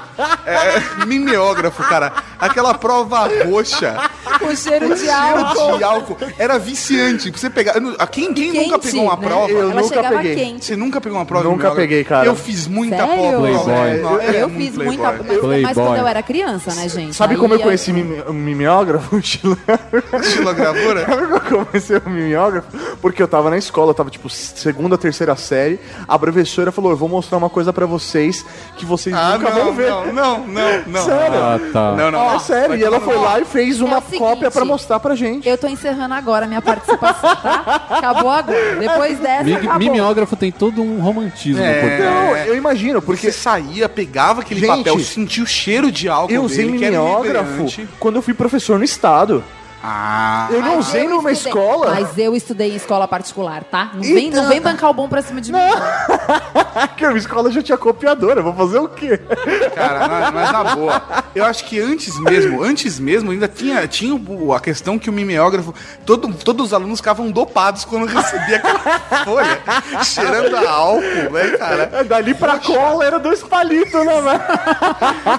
[SPEAKER 1] É, mimeógrafo, cara. Aquela prova roxa.
[SPEAKER 4] Com cheiro de
[SPEAKER 1] Cheiro
[SPEAKER 4] álcool.
[SPEAKER 1] de álcool. Era viciante. Pra Você pegar. eu não- ah, Quem, quem nunca
[SPEAKER 4] Quente,
[SPEAKER 1] pegou uma
[SPEAKER 4] né?
[SPEAKER 1] prova?
[SPEAKER 2] Eu
[SPEAKER 4] Ela
[SPEAKER 2] nunca
[SPEAKER 4] chegava
[SPEAKER 2] peguei.
[SPEAKER 4] quente.
[SPEAKER 1] Você nunca pegou uma prova? de
[SPEAKER 2] Nunca
[SPEAKER 1] mimeógrafo?
[SPEAKER 2] peguei, cara.
[SPEAKER 1] Eu fiz muita
[SPEAKER 4] Sério?
[SPEAKER 1] prova.
[SPEAKER 3] Playboy.
[SPEAKER 1] Não,
[SPEAKER 4] Eu,
[SPEAKER 1] era muito
[SPEAKER 4] fiz muita,
[SPEAKER 1] é um playboy.
[SPEAKER 4] mas foi mais
[SPEAKER 3] Playboy.
[SPEAKER 4] quando eu era criança, né, gente?
[SPEAKER 2] Sabe
[SPEAKER 4] Aí
[SPEAKER 2] como eu
[SPEAKER 4] ia-
[SPEAKER 2] conheci mime- um mimeógrafo, <laughs> Sheila? <laughs>
[SPEAKER 1] Estilogravura?
[SPEAKER 2] Sabe como eu comecei o mimeógrafo? Porque eu tava na escola, eu tava tipo segunda, terceira série. A professora falou: Eu vou mostrar uma coisa pra vocês que vocês
[SPEAKER 1] Ah,
[SPEAKER 2] nunca
[SPEAKER 1] não,
[SPEAKER 2] vão ver.
[SPEAKER 1] não, não, não, não.
[SPEAKER 2] Sério?
[SPEAKER 3] Ah, tá.
[SPEAKER 1] Não, não.
[SPEAKER 2] é sério,
[SPEAKER 1] Vai
[SPEAKER 2] e ela
[SPEAKER 1] tomar
[SPEAKER 2] foi lá e fez uma
[SPEAKER 4] o seguinte,
[SPEAKER 2] cópia pra mostrar pra gente.
[SPEAKER 4] Eu tô encerrando agora a minha participação, tá? Acabou agora. Depois dessa,
[SPEAKER 3] Mi-
[SPEAKER 4] acabou.
[SPEAKER 3] Mimeógrafo tem todo um romantismo
[SPEAKER 1] Tá É.
[SPEAKER 3] por trás.
[SPEAKER 2] Não, eu imagino,
[SPEAKER 1] Porque
[SPEAKER 2] porque
[SPEAKER 1] você saía, pegava aquele
[SPEAKER 2] Gente,
[SPEAKER 1] papel, sentia o cheiro de álcool.
[SPEAKER 2] eu usei
[SPEAKER 1] dele, que era
[SPEAKER 2] mimeógrafo
[SPEAKER 1] liberante.
[SPEAKER 2] quando eu fui professor no estado.
[SPEAKER 1] Ah.
[SPEAKER 2] Eu não usei um numa
[SPEAKER 4] estudei.
[SPEAKER 2] escola.
[SPEAKER 4] Mas eu estudei em escola particular, tá? Não, vem,
[SPEAKER 2] Então-
[SPEAKER 4] não vem bancar o bom pra cima de mim. É,
[SPEAKER 2] Que a <laughs> minha escola já tinha copiadora, eu vou fazer o quê? <laughs>
[SPEAKER 1] Cara, mas- mas na boa. Eu acho que antes mesmo, antes mesmo, ainda tinha, tinha o- a questão que o mimeógrafo, todo, todos os alunos ficavam dopados quando recebia aquela <laughs> folha, cheirando a álcool, né, cara?
[SPEAKER 2] Dali pra cola era dois palitos, né, velho?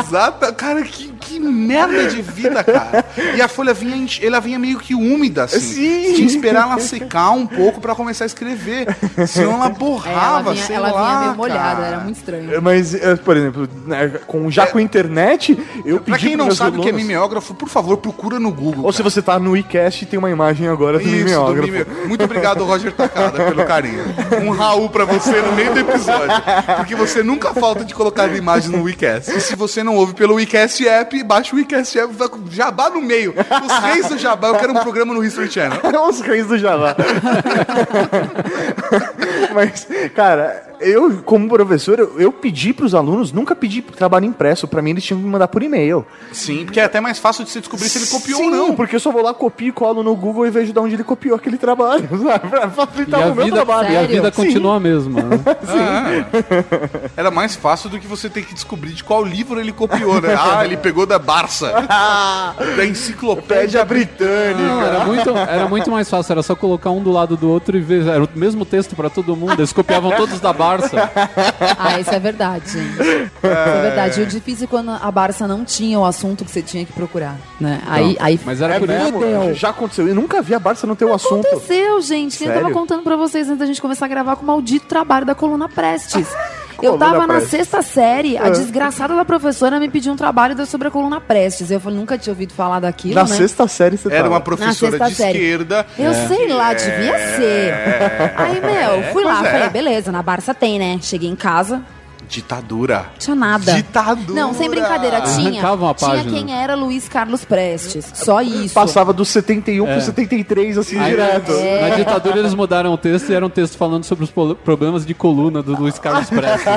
[SPEAKER 1] Exata. Cara, que, que merda de vida, cara. E a folha vinha, enche- ela vinha meio que úmida, assim.
[SPEAKER 2] Sim.
[SPEAKER 1] Tinha que esperar ela secar um pouco pra começar a escrever. Senão ela
[SPEAKER 4] É, ela
[SPEAKER 1] borrava,
[SPEAKER 4] vinha,
[SPEAKER 1] sei
[SPEAKER 4] ela
[SPEAKER 1] lá,
[SPEAKER 4] vinha meio molhada,
[SPEAKER 1] cara.
[SPEAKER 4] era muito estranho.
[SPEAKER 2] Mas, eh, por exemplo, né, com, já com a internet, eu pedi
[SPEAKER 1] Pra quem
[SPEAKER 2] pros
[SPEAKER 1] não
[SPEAKER 2] meus
[SPEAKER 1] sabe o que é
[SPEAKER 2] alunos-
[SPEAKER 1] mimeógrafo, por favor, procura no Google.
[SPEAKER 2] Ou se você tá no iCast, tem uma imagem agora do
[SPEAKER 1] Isso, do
[SPEAKER 2] mimeógrafo.
[SPEAKER 1] Mimeo. Muito obrigado, Roger Tacada, pelo carinho. Um Raul pra você no meio do episódio. Porque você nunca falta de colocar a imagem no WeCast. E se você não ouve pelo WeCast app, baixa o WeCast app, vai com jabá no meio. Os reis do jabá, eu quero um programa no History
[SPEAKER 2] <laughs>
[SPEAKER 1] Channel.
[SPEAKER 2] Os reis É do Java. <laughs> Mas, cara, eu, como professor, eu, eu pedi pros alunos, nunca pedi trabalho impresso. Pra mim, eles tinham que me mandar por e-mail.
[SPEAKER 1] Sim, porque é até mais fácil de você descobrir se ele copiou ou não.
[SPEAKER 2] porque eu só vou lá, copio e colo no Google e vejo de onde ele copiou aquele trabalho. <laughs> Sabe? Pra
[SPEAKER 1] tá
[SPEAKER 2] facilitar
[SPEAKER 3] E a,
[SPEAKER 2] o meu
[SPEAKER 3] vida,
[SPEAKER 2] trabalho.
[SPEAKER 3] e a
[SPEAKER 4] Sério?
[SPEAKER 3] vida
[SPEAKER 2] Sim.
[SPEAKER 3] continua a
[SPEAKER 1] <laughs>
[SPEAKER 3] mesma. né?
[SPEAKER 1] Era mais fácil do que você ter que descobrir de qual livro ele copiou, né? Ah, ele pegou da <laughs> Barça. Da
[SPEAKER 2] Pede
[SPEAKER 1] enciclopédia.
[SPEAKER 2] a britânica.
[SPEAKER 3] Não, era muito, era muito mais fácil, era só colocar um do lado do outro e ver. Era o mesmo texto pra todo mundo, eles copiavam todos da Barça.
[SPEAKER 4] Ah, isso é verdade, gente. Isso é verdade. E o difícil é quando a Barça não tinha o assunto que você tinha que procurar, né? Aí, aí
[SPEAKER 3] Mas era
[SPEAKER 2] É
[SPEAKER 1] né,
[SPEAKER 3] por isso.
[SPEAKER 2] mesmo? Já aconteceu. Eu nunca vi a Barça não ter o assunto.
[SPEAKER 4] aconteceu, gente. Eu tava
[SPEAKER 2] Sério?
[SPEAKER 4] contando pra vocês antes da gente começar a gravar com o maldito trabalho da
[SPEAKER 1] <laughs>
[SPEAKER 4] Coluna Prestes. Eu
[SPEAKER 2] Coluna
[SPEAKER 4] tava na
[SPEAKER 2] Prestes.
[SPEAKER 4] sexta série,
[SPEAKER 1] É.
[SPEAKER 4] a desgraçada da professora me pediu um trabalho da- sobre a Coluna Prestes. Eu falei, nunca tinha ouvido falar daquilo,
[SPEAKER 2] Na
[SPEAKER 4] né?
[SPEAKER 2] sexta série você
[SPEAKER 1] Era
[SPEAKER 2] tava.
[SPEAKER 1] uma professora
[SPEAKER 4] sexta
[SPEAKER 1] de
[SPEAKER 4] série.
[SPEAKER 1] esquerda.
[SPEAKER 4] Eu sei lá, devia ser. Aí, meu, fui lá,
[SPEAKER 1] pois é.
[SPEAKER 4] falei, beleza, na Barça tem, né? Cheguei em casa,
[SPEAKER 1] Ditadura.
[SPEAKER 4] tinha nada.
[SPEAKER 1] Ditadura.
[SPEAKER 4] Não, sem brincadeira, tinha.
[SPEAKER 3] Arrancavam a
[SPEAKER 4] Tinha
[SPEAKER 3] página.
[SPEAKER 4] quem era Luiz Carlos Prestes. Só isso.
[SPEAKER 2] Passava dos 71
[SPEAKER 3] É.
[SPEAKER 2] pro 73, assim,
[SPEAKER 3] Aí,
[SPEAKER 2] direto.
[SPEAKER 3] Na ditadura eles mudaram o texto e era um texto falando sobre os polo- problemas de coluna do Luiz Carlos Prestes. né?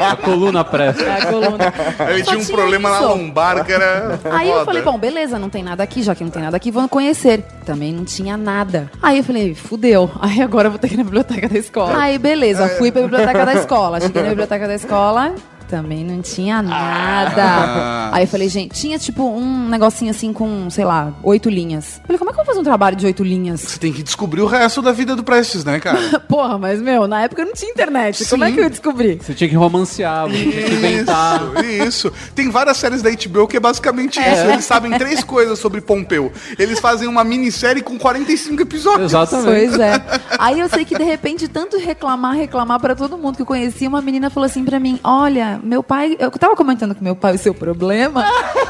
[SPEAKER 3] A coluna Prestes.
[SPEAKER 4] É, a coluna.
[SPEAKER 1] Ele
[SPEAKER 4] Só
[SPEAKER 1] tinha um
[SPEAKER 4] tinha
[SPEAKER 1] problema na
[SPEAKER 4] isso.
[SPEAKER 1] lombar que era.
[SPEAKER 4] <laughs> Aí
[SPEAKER 1] foda.
[SPEAKER 4] eu falei, bom, beleza, não tem nada aqui, já que não tem nada aqui, vamos conhecer. Também não tinha nada. Aí eu falei, fudeu. Aí agora eu vou ter que ir na biblioteca da escola. Aí beleza, fui pra biblioteca da escola. Cheguei na biblioteca da escola, também não tinha nada. Aí eu falei, gente, tinha tipo um negocinho assim com, sei lá, oito linhas. Eu falei, como é que eu vou fazer um trabalho de oito linhas? <laughs>
[SPEAKER 1] Você tem que descobrir o resto da vida do Prestes, né, cara?
[SPEAKER 4] Porra, mas meu, na época eu não tinha internet. Como é que eu descobri?
[SPEAKER 3] Você tinha que romancear, você tinha que inventar.
[SPEAKER 1] Isso, isso. Tem várias séries da HBO que é basicamente isso. Eles sabem três coisas sobre Pompeu. Eles fazem uma minissérie com 45 episódios.
[SPEAKER 3] Exatamente.
[SPEAKER 4] Pois é. Aí eu sei que de repente, tanto reclamar, reclamar pra todo mundo que eu conhecia, uma menina falou assim pra mim: Olha, meu pai. Eu tava comentando com meu pai o seu problema.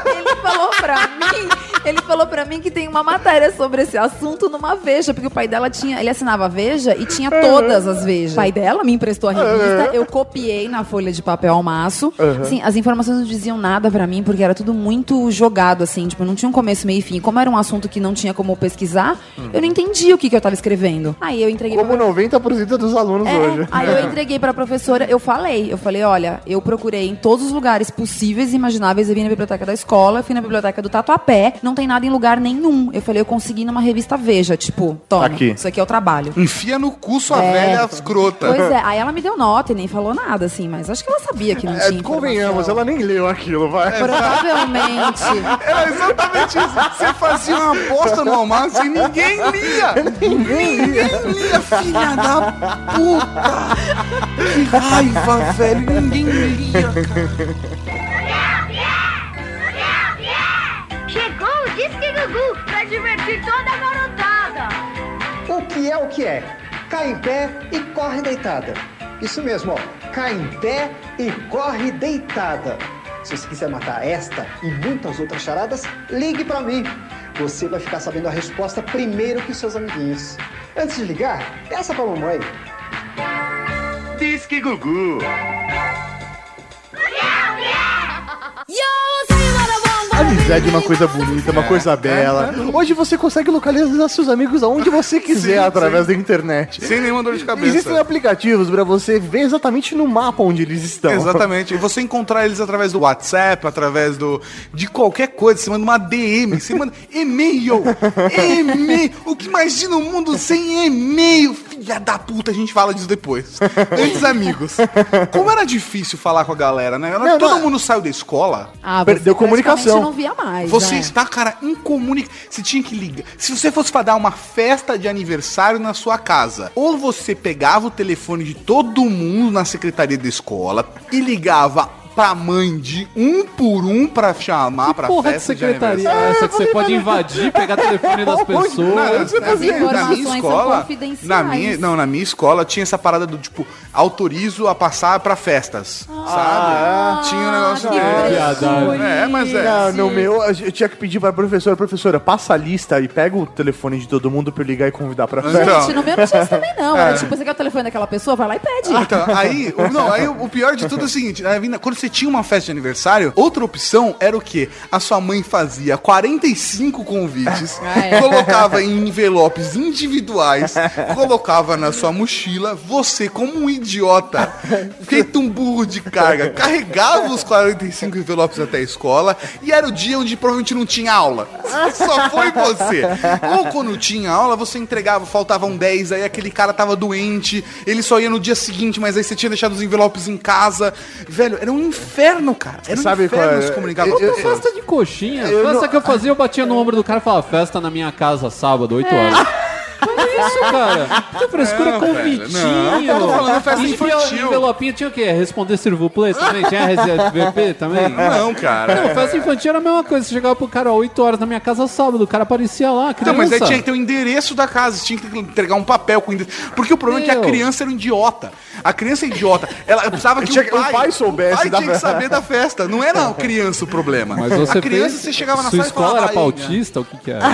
[SPEAKER 4] ele falou pra mim. Ele falou pra mim que tem uma matéria sobre esse assunto numa Veja, porque o pai dela tinha. Ele assinava a Veja e tinha todas as Vejas. O pai dela me emprestou a revista, eu copiei na folha de papel ao maço. Assim, as informações não diziam nada pra mim, porque era tudo muito jogado, assim, tipo, não tinha um começo, meio e fim. Como era um assunto que não tinha como pesquisar, eu não entendi o que, que eu tava escrevendo. Aí eu entreguei
[SPEAKER 2] Como
[SPEAKER 4] pra
[SPEAKER 2] 90% dos alunos
[SPEAKER 4] é,
[SPEAKER 2] hoje.
[SPEAKER 4] Aí eu entreguei pra professora, eu falei, eu falei, olha, eu procurei em todos os lugares possíveis e imagináveis, eu vim na biblioteca da escola, fui na biblioteca do Tatuapé, não tem nada em lugar nenhum. Eu falei, eu consegui numa revista Veja, tipo, toma,
[SPEAKER 2] Aqui.
[SPEAKER 4] isso aqui é o trabalho.
[SPEAKER 1] Enfia no cu sua
[SPEAKER 4] É.
[SPEAKER 1] velha escrota.
[SPEAKER 4] Pois é, aí ela me deu nota e nem falou nada, assim, mas acho que ela sabia que não tinha
[SPEAKER 2] É, convenhamos, é.
[SPEAKER 4] informação.
[SPEAKER 2] ela nem leu aquilo,
[SPEAKER 10] É,
[SPEAKER 2] vai.
[SPEAKER 4] Provavelmente.
[SPEAKER 1] Era exatamente
[SPEAKER 4] é.
[SPEAKER 1] isso. Você fazia uma aposta no almoço e ninguém lia. Ninguém lia, filha da puta. Que raiva, velho. Ninguém lia, cara.
[SPEAKER 8] Chegou o Disque Gugu pra divertir toda a garotada.
[SPEAKER 10] O que é o que é? Cai em pé e corre deitada. Isso mesmo, ó. Cai em pé e corre deitada. Se você quiser matar esta e muitas outras charadas, ligue pra mim. Você vai ficar sabendo a resposta primeiro que os seus amiguinhos. Antes de ligar, peça pra mamãe.
[SPEAKER 9] Disque Gugu.
[SPEAKER 2] Amizade é uma coisa bonita, uma coisa bela. Hoje você consegue localizar seus amigos aonde você quiser
[SPEAKER 1] Sim,
[SPEAKER 2] através
[SPEAKER 1] sim.
[SPEAKER 2] da internet.
[SPEAKER 1] Sem nenhuma dor de
[SPEAKER 2] Existem
[SPEAKER 1] cabeça.
[SPEAKER 2] aplicativos pra você ver exatamente no mapa onde eles estão.
[SPEAKER 1] Exatamente. E você encontrar eles através do WhatsApp, através do. de qualquer coisa. Você manda uma DM, você manda e-mail. E-mail. O que imagina o mundo sem e-mail? Filha da puta, a gente fala disso depois. Antes, amigos. Como era difícil falar com a galera, né? Ela-
[SPEAKER 2] Não,
[SPEAKER 1] todo
[SPEAKER 2] não. é.
[SPEAKER 1] mundo saiu da escola.
[SPEAKER 4] Ah,
[SPEAKER 2] Perdeu
[SPEAKER 4] praticamente
[SPEAKER 2] comunicação.
[SPEAKER 4] não via mais.
[SPEAKER 1] Você
[SPEAKER 4] né?
[SPEAKER 1] está, cara, incomunicado. Você tinha que ligar. Se você fosse pra dar uma festa de aniversário na sua casa, ou você pegava o telefone de todo mundo na secretaria da escola e ligava pra mãe de um por um pra chamar pra
[SPEAKER 3] Porra de
[SPEAKER 1] festa de,
[SPEAKER 3] secretaria
[SPEAKER 1] aniversário.
[SPEAKER 3] é essa que você pode invadir, pegar telefone das pessoas.
[SPEAKER 1] Não, na,
[SPEAKER 4] As
[SPEAKER 1] minha, na
[SPEAKER 4] informações
[SPEAKER 1] minha
[SPEAKER 4] são
[SPEAKER 1] escola,
[SPEAKER 4] confidenciais.
[SPEAKER 1] na minha, não, na minha escola tinha essa parada do tipo, autorizo a passar pra festas, sabe? Tinha um negócio
[SPEAKER 4] Ah. que
[SPEAKER 1] desse.
[SPEAKER 3] viadagem.
[SPEAKER 1] É, mas é.
[SPEAKER 2] Não, no meu, eu tinha que pedir pra professora, professora, passa a lista e pega o telefone de todo mundo pra eu ligar e convidar pra festa.
[SPEAKER 1] Então.
[SPEAKER 4] Gente, no meu não tinha isso também, não. Era tipo, você quer o telefone daquela pessoa? Vai lá e pede.
[SPEAKER 1] Então, aí, o- não, aí o o pior de tudo é o seguinte, né, Vina, quando você tinha uma festa de aniversário, outra opção era o quê? A sua mãe fazia 45 convites,
[SPEAKER 4] Ah, é.
[SPEAKER 1] colocava em envelopes individuais, colocava na sua mochila, você como um idiota, feito um burro de carga, carregava os 45 envelopes até a escola e era o dia onde provavelmente não tinha aula. Só foi você. Ou quando tinha aula, você entregava, faltavam 10, aí aquele cara tava doente, ele só ia no dia seguinte, mas aí você tinha deixado os envelopes em casa. Velho, era um inferno, cara. Era um
[SPEAKER 2] Sabe
[SPEAKER 1] inferno
[SPEAKER 2] qual é?
[SPEAKER 1] se comunicar com
[SPEAKER 2] Eu-
[SPEAKER 1] as
[SPEAKER 2] eu-
[SPEAKER 1] pessoas.
[SPEAKER 3] Festa de coxinha.
[SPEAKER 2] Eu
[SPEAKER 3] festa
[SPEAKER 2] não-
[SPEAKER 3] que eu fazia, eu batia no ombro do cara e falava, festa na minha casa, sábado, 8 horas. Olha isso, cara. Que frescura
[SPEAKER 1] Não,
[SPEAKER 3] com
[SPEAKER 1] velho, não.
[SPEAKER 3] convitinho.
[SPEAKER 1] Eu tô falando festa
[SPEAKER 3] E envelo-
[SPEAKER 1] infantil.
[SPEAKER 3] Envelopinho tinha o quê? Responder Sirvuplet também? Tinha RSVP também?
[SPEAKER 1] <laughs> Não, cara.
[SPEAKER 3] Não, festa infantil era a mesma coisa. Você chegava pro cara 8 horas na minha casa sábado, o cara aparecia lá, criança.
[SPEAKER 1] Então, mas aí tinha que ter o endereço da casa, você tinha que entregar um papel com o endereço. Porque o problema é que a
[SPEAKER 3] Meu.
[SPEAKER 1] criança era um idiota. A criança é idiota. Ela
[SPEAKER 2] <laughs>
[SPEAKER 1] precisava que
[SPEAKER 2] Tinha
[SPEAKER 1] o
[SPEAKER 2] que-
[SPEAKER 1] pai,
[SPEAKER 2] o pai soubesse
[SPEAKER 1] O pai
[SPEAKER 2] da
[SPEAKER 1] tinha que
[SPEAKER 2] festa.
[SPEAKER 1] saber da festa. Não era a criança o problema.
[SPEAKER 3] Mas você
[SPEAKER 1] a criança,
[SPEAKER 3] fez...
[SPEAKER 1] você chegava na
[SPEAKER 3] Sua
[SPEAKER 1] sala e falava...
[SPEAKER 3] escola era
[SPEAKER 1] "Ai, né?"
[SPEAKER 3] pautista? O que que era?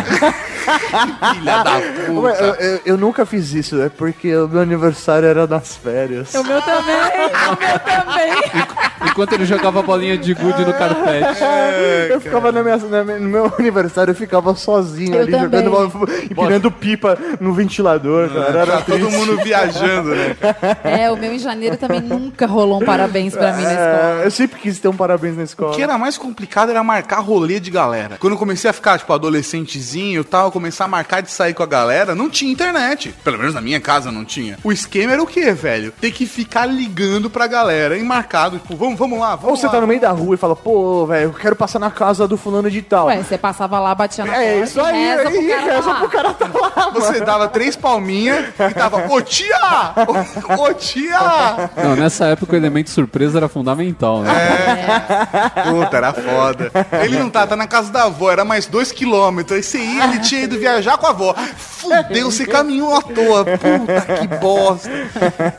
[SPEAKER 1] Filha da
[SPEAKER 2] Ué,
[SPEAKER 1] puta.
[SPEAKER 2] eu, eu- eu nunca fiz isso, é porque o meu aniversário era nas férias.
[SPEAKER 4] O meu também, o meu também.
[SPEAKER 3] Enquanto ele jogava bolinha de gude
[SPEAKER 1] <laughs>
[SPEAKER 3] no carpete.
[SPEAKER 1] É.
[SPEAKER 2] eu ficava na minha, na minha- no meu aniversário, eu ficava sozinho
[SPEAKER 4] Eu
[SPEAKER 2] ali,
[SPEAKER 4] também.
[SPEAKER 2] jogando bola, e pirando pipa no ventilador, cara. Era
[SPEAKER 1] Tá todo
[SPEAKER 2] triste.
[SPEAKER 1] mundo viajando, né?
[SPEAKER 4] É, o meu em janeiro também nunca rolou um parabéns pra mim na escola.
[SPEAKER 2] É, eu sempre quis ter um parabéns na escola.
[SPEAKER 1] <laughs> O que era mais complicado era marcar rolê de galera. Quando eu comecei a ficar, tipo, adolescentezinho e tal, começar a marcar de sair com a galera, não tinha internet. Pelo menos na minha casa não tinha. O esquema era o quê, velho? Ter que ficar ligando pra galera e marcado, tipo, vamos, vamos, vamos lá,
[SPEAKER 2] Ou
[SPEAKER 1] vamos
[SPEAKER 2] você
[SPEAKER 1] lá.
[SPEAKER 2] tá no meio da rua e fala, pô, velho, eu quero passar na casa do fulano de tal.
[SPEAKER 4] Ué, você passava lá, batia na porta.
[SPEAKER 2] é isso aí,
[SPEAKER 4] reza pro
[SPEAKER 2] aí,
[SPEAKER 4] cara
[SPEAKER 2] reza
[SPEAKER 4] lá.
[SPEAKER 2] pro cara tá lá.
[SPEAKER 1] Você dava três palminhas e tava, ô tia! Ô, ô, tia!
[SPEAKER 3] Não, nessa época o elemento surpresa era fundamental, né?
[SPEAKER 1] Puta, era foda. Ele não tá, tá na casa da avó, era mais dois quilômetros. Aí você ia, ele tinha ido viajar com a avó. Fudeu, você caminhou à toa. Puta que bosta.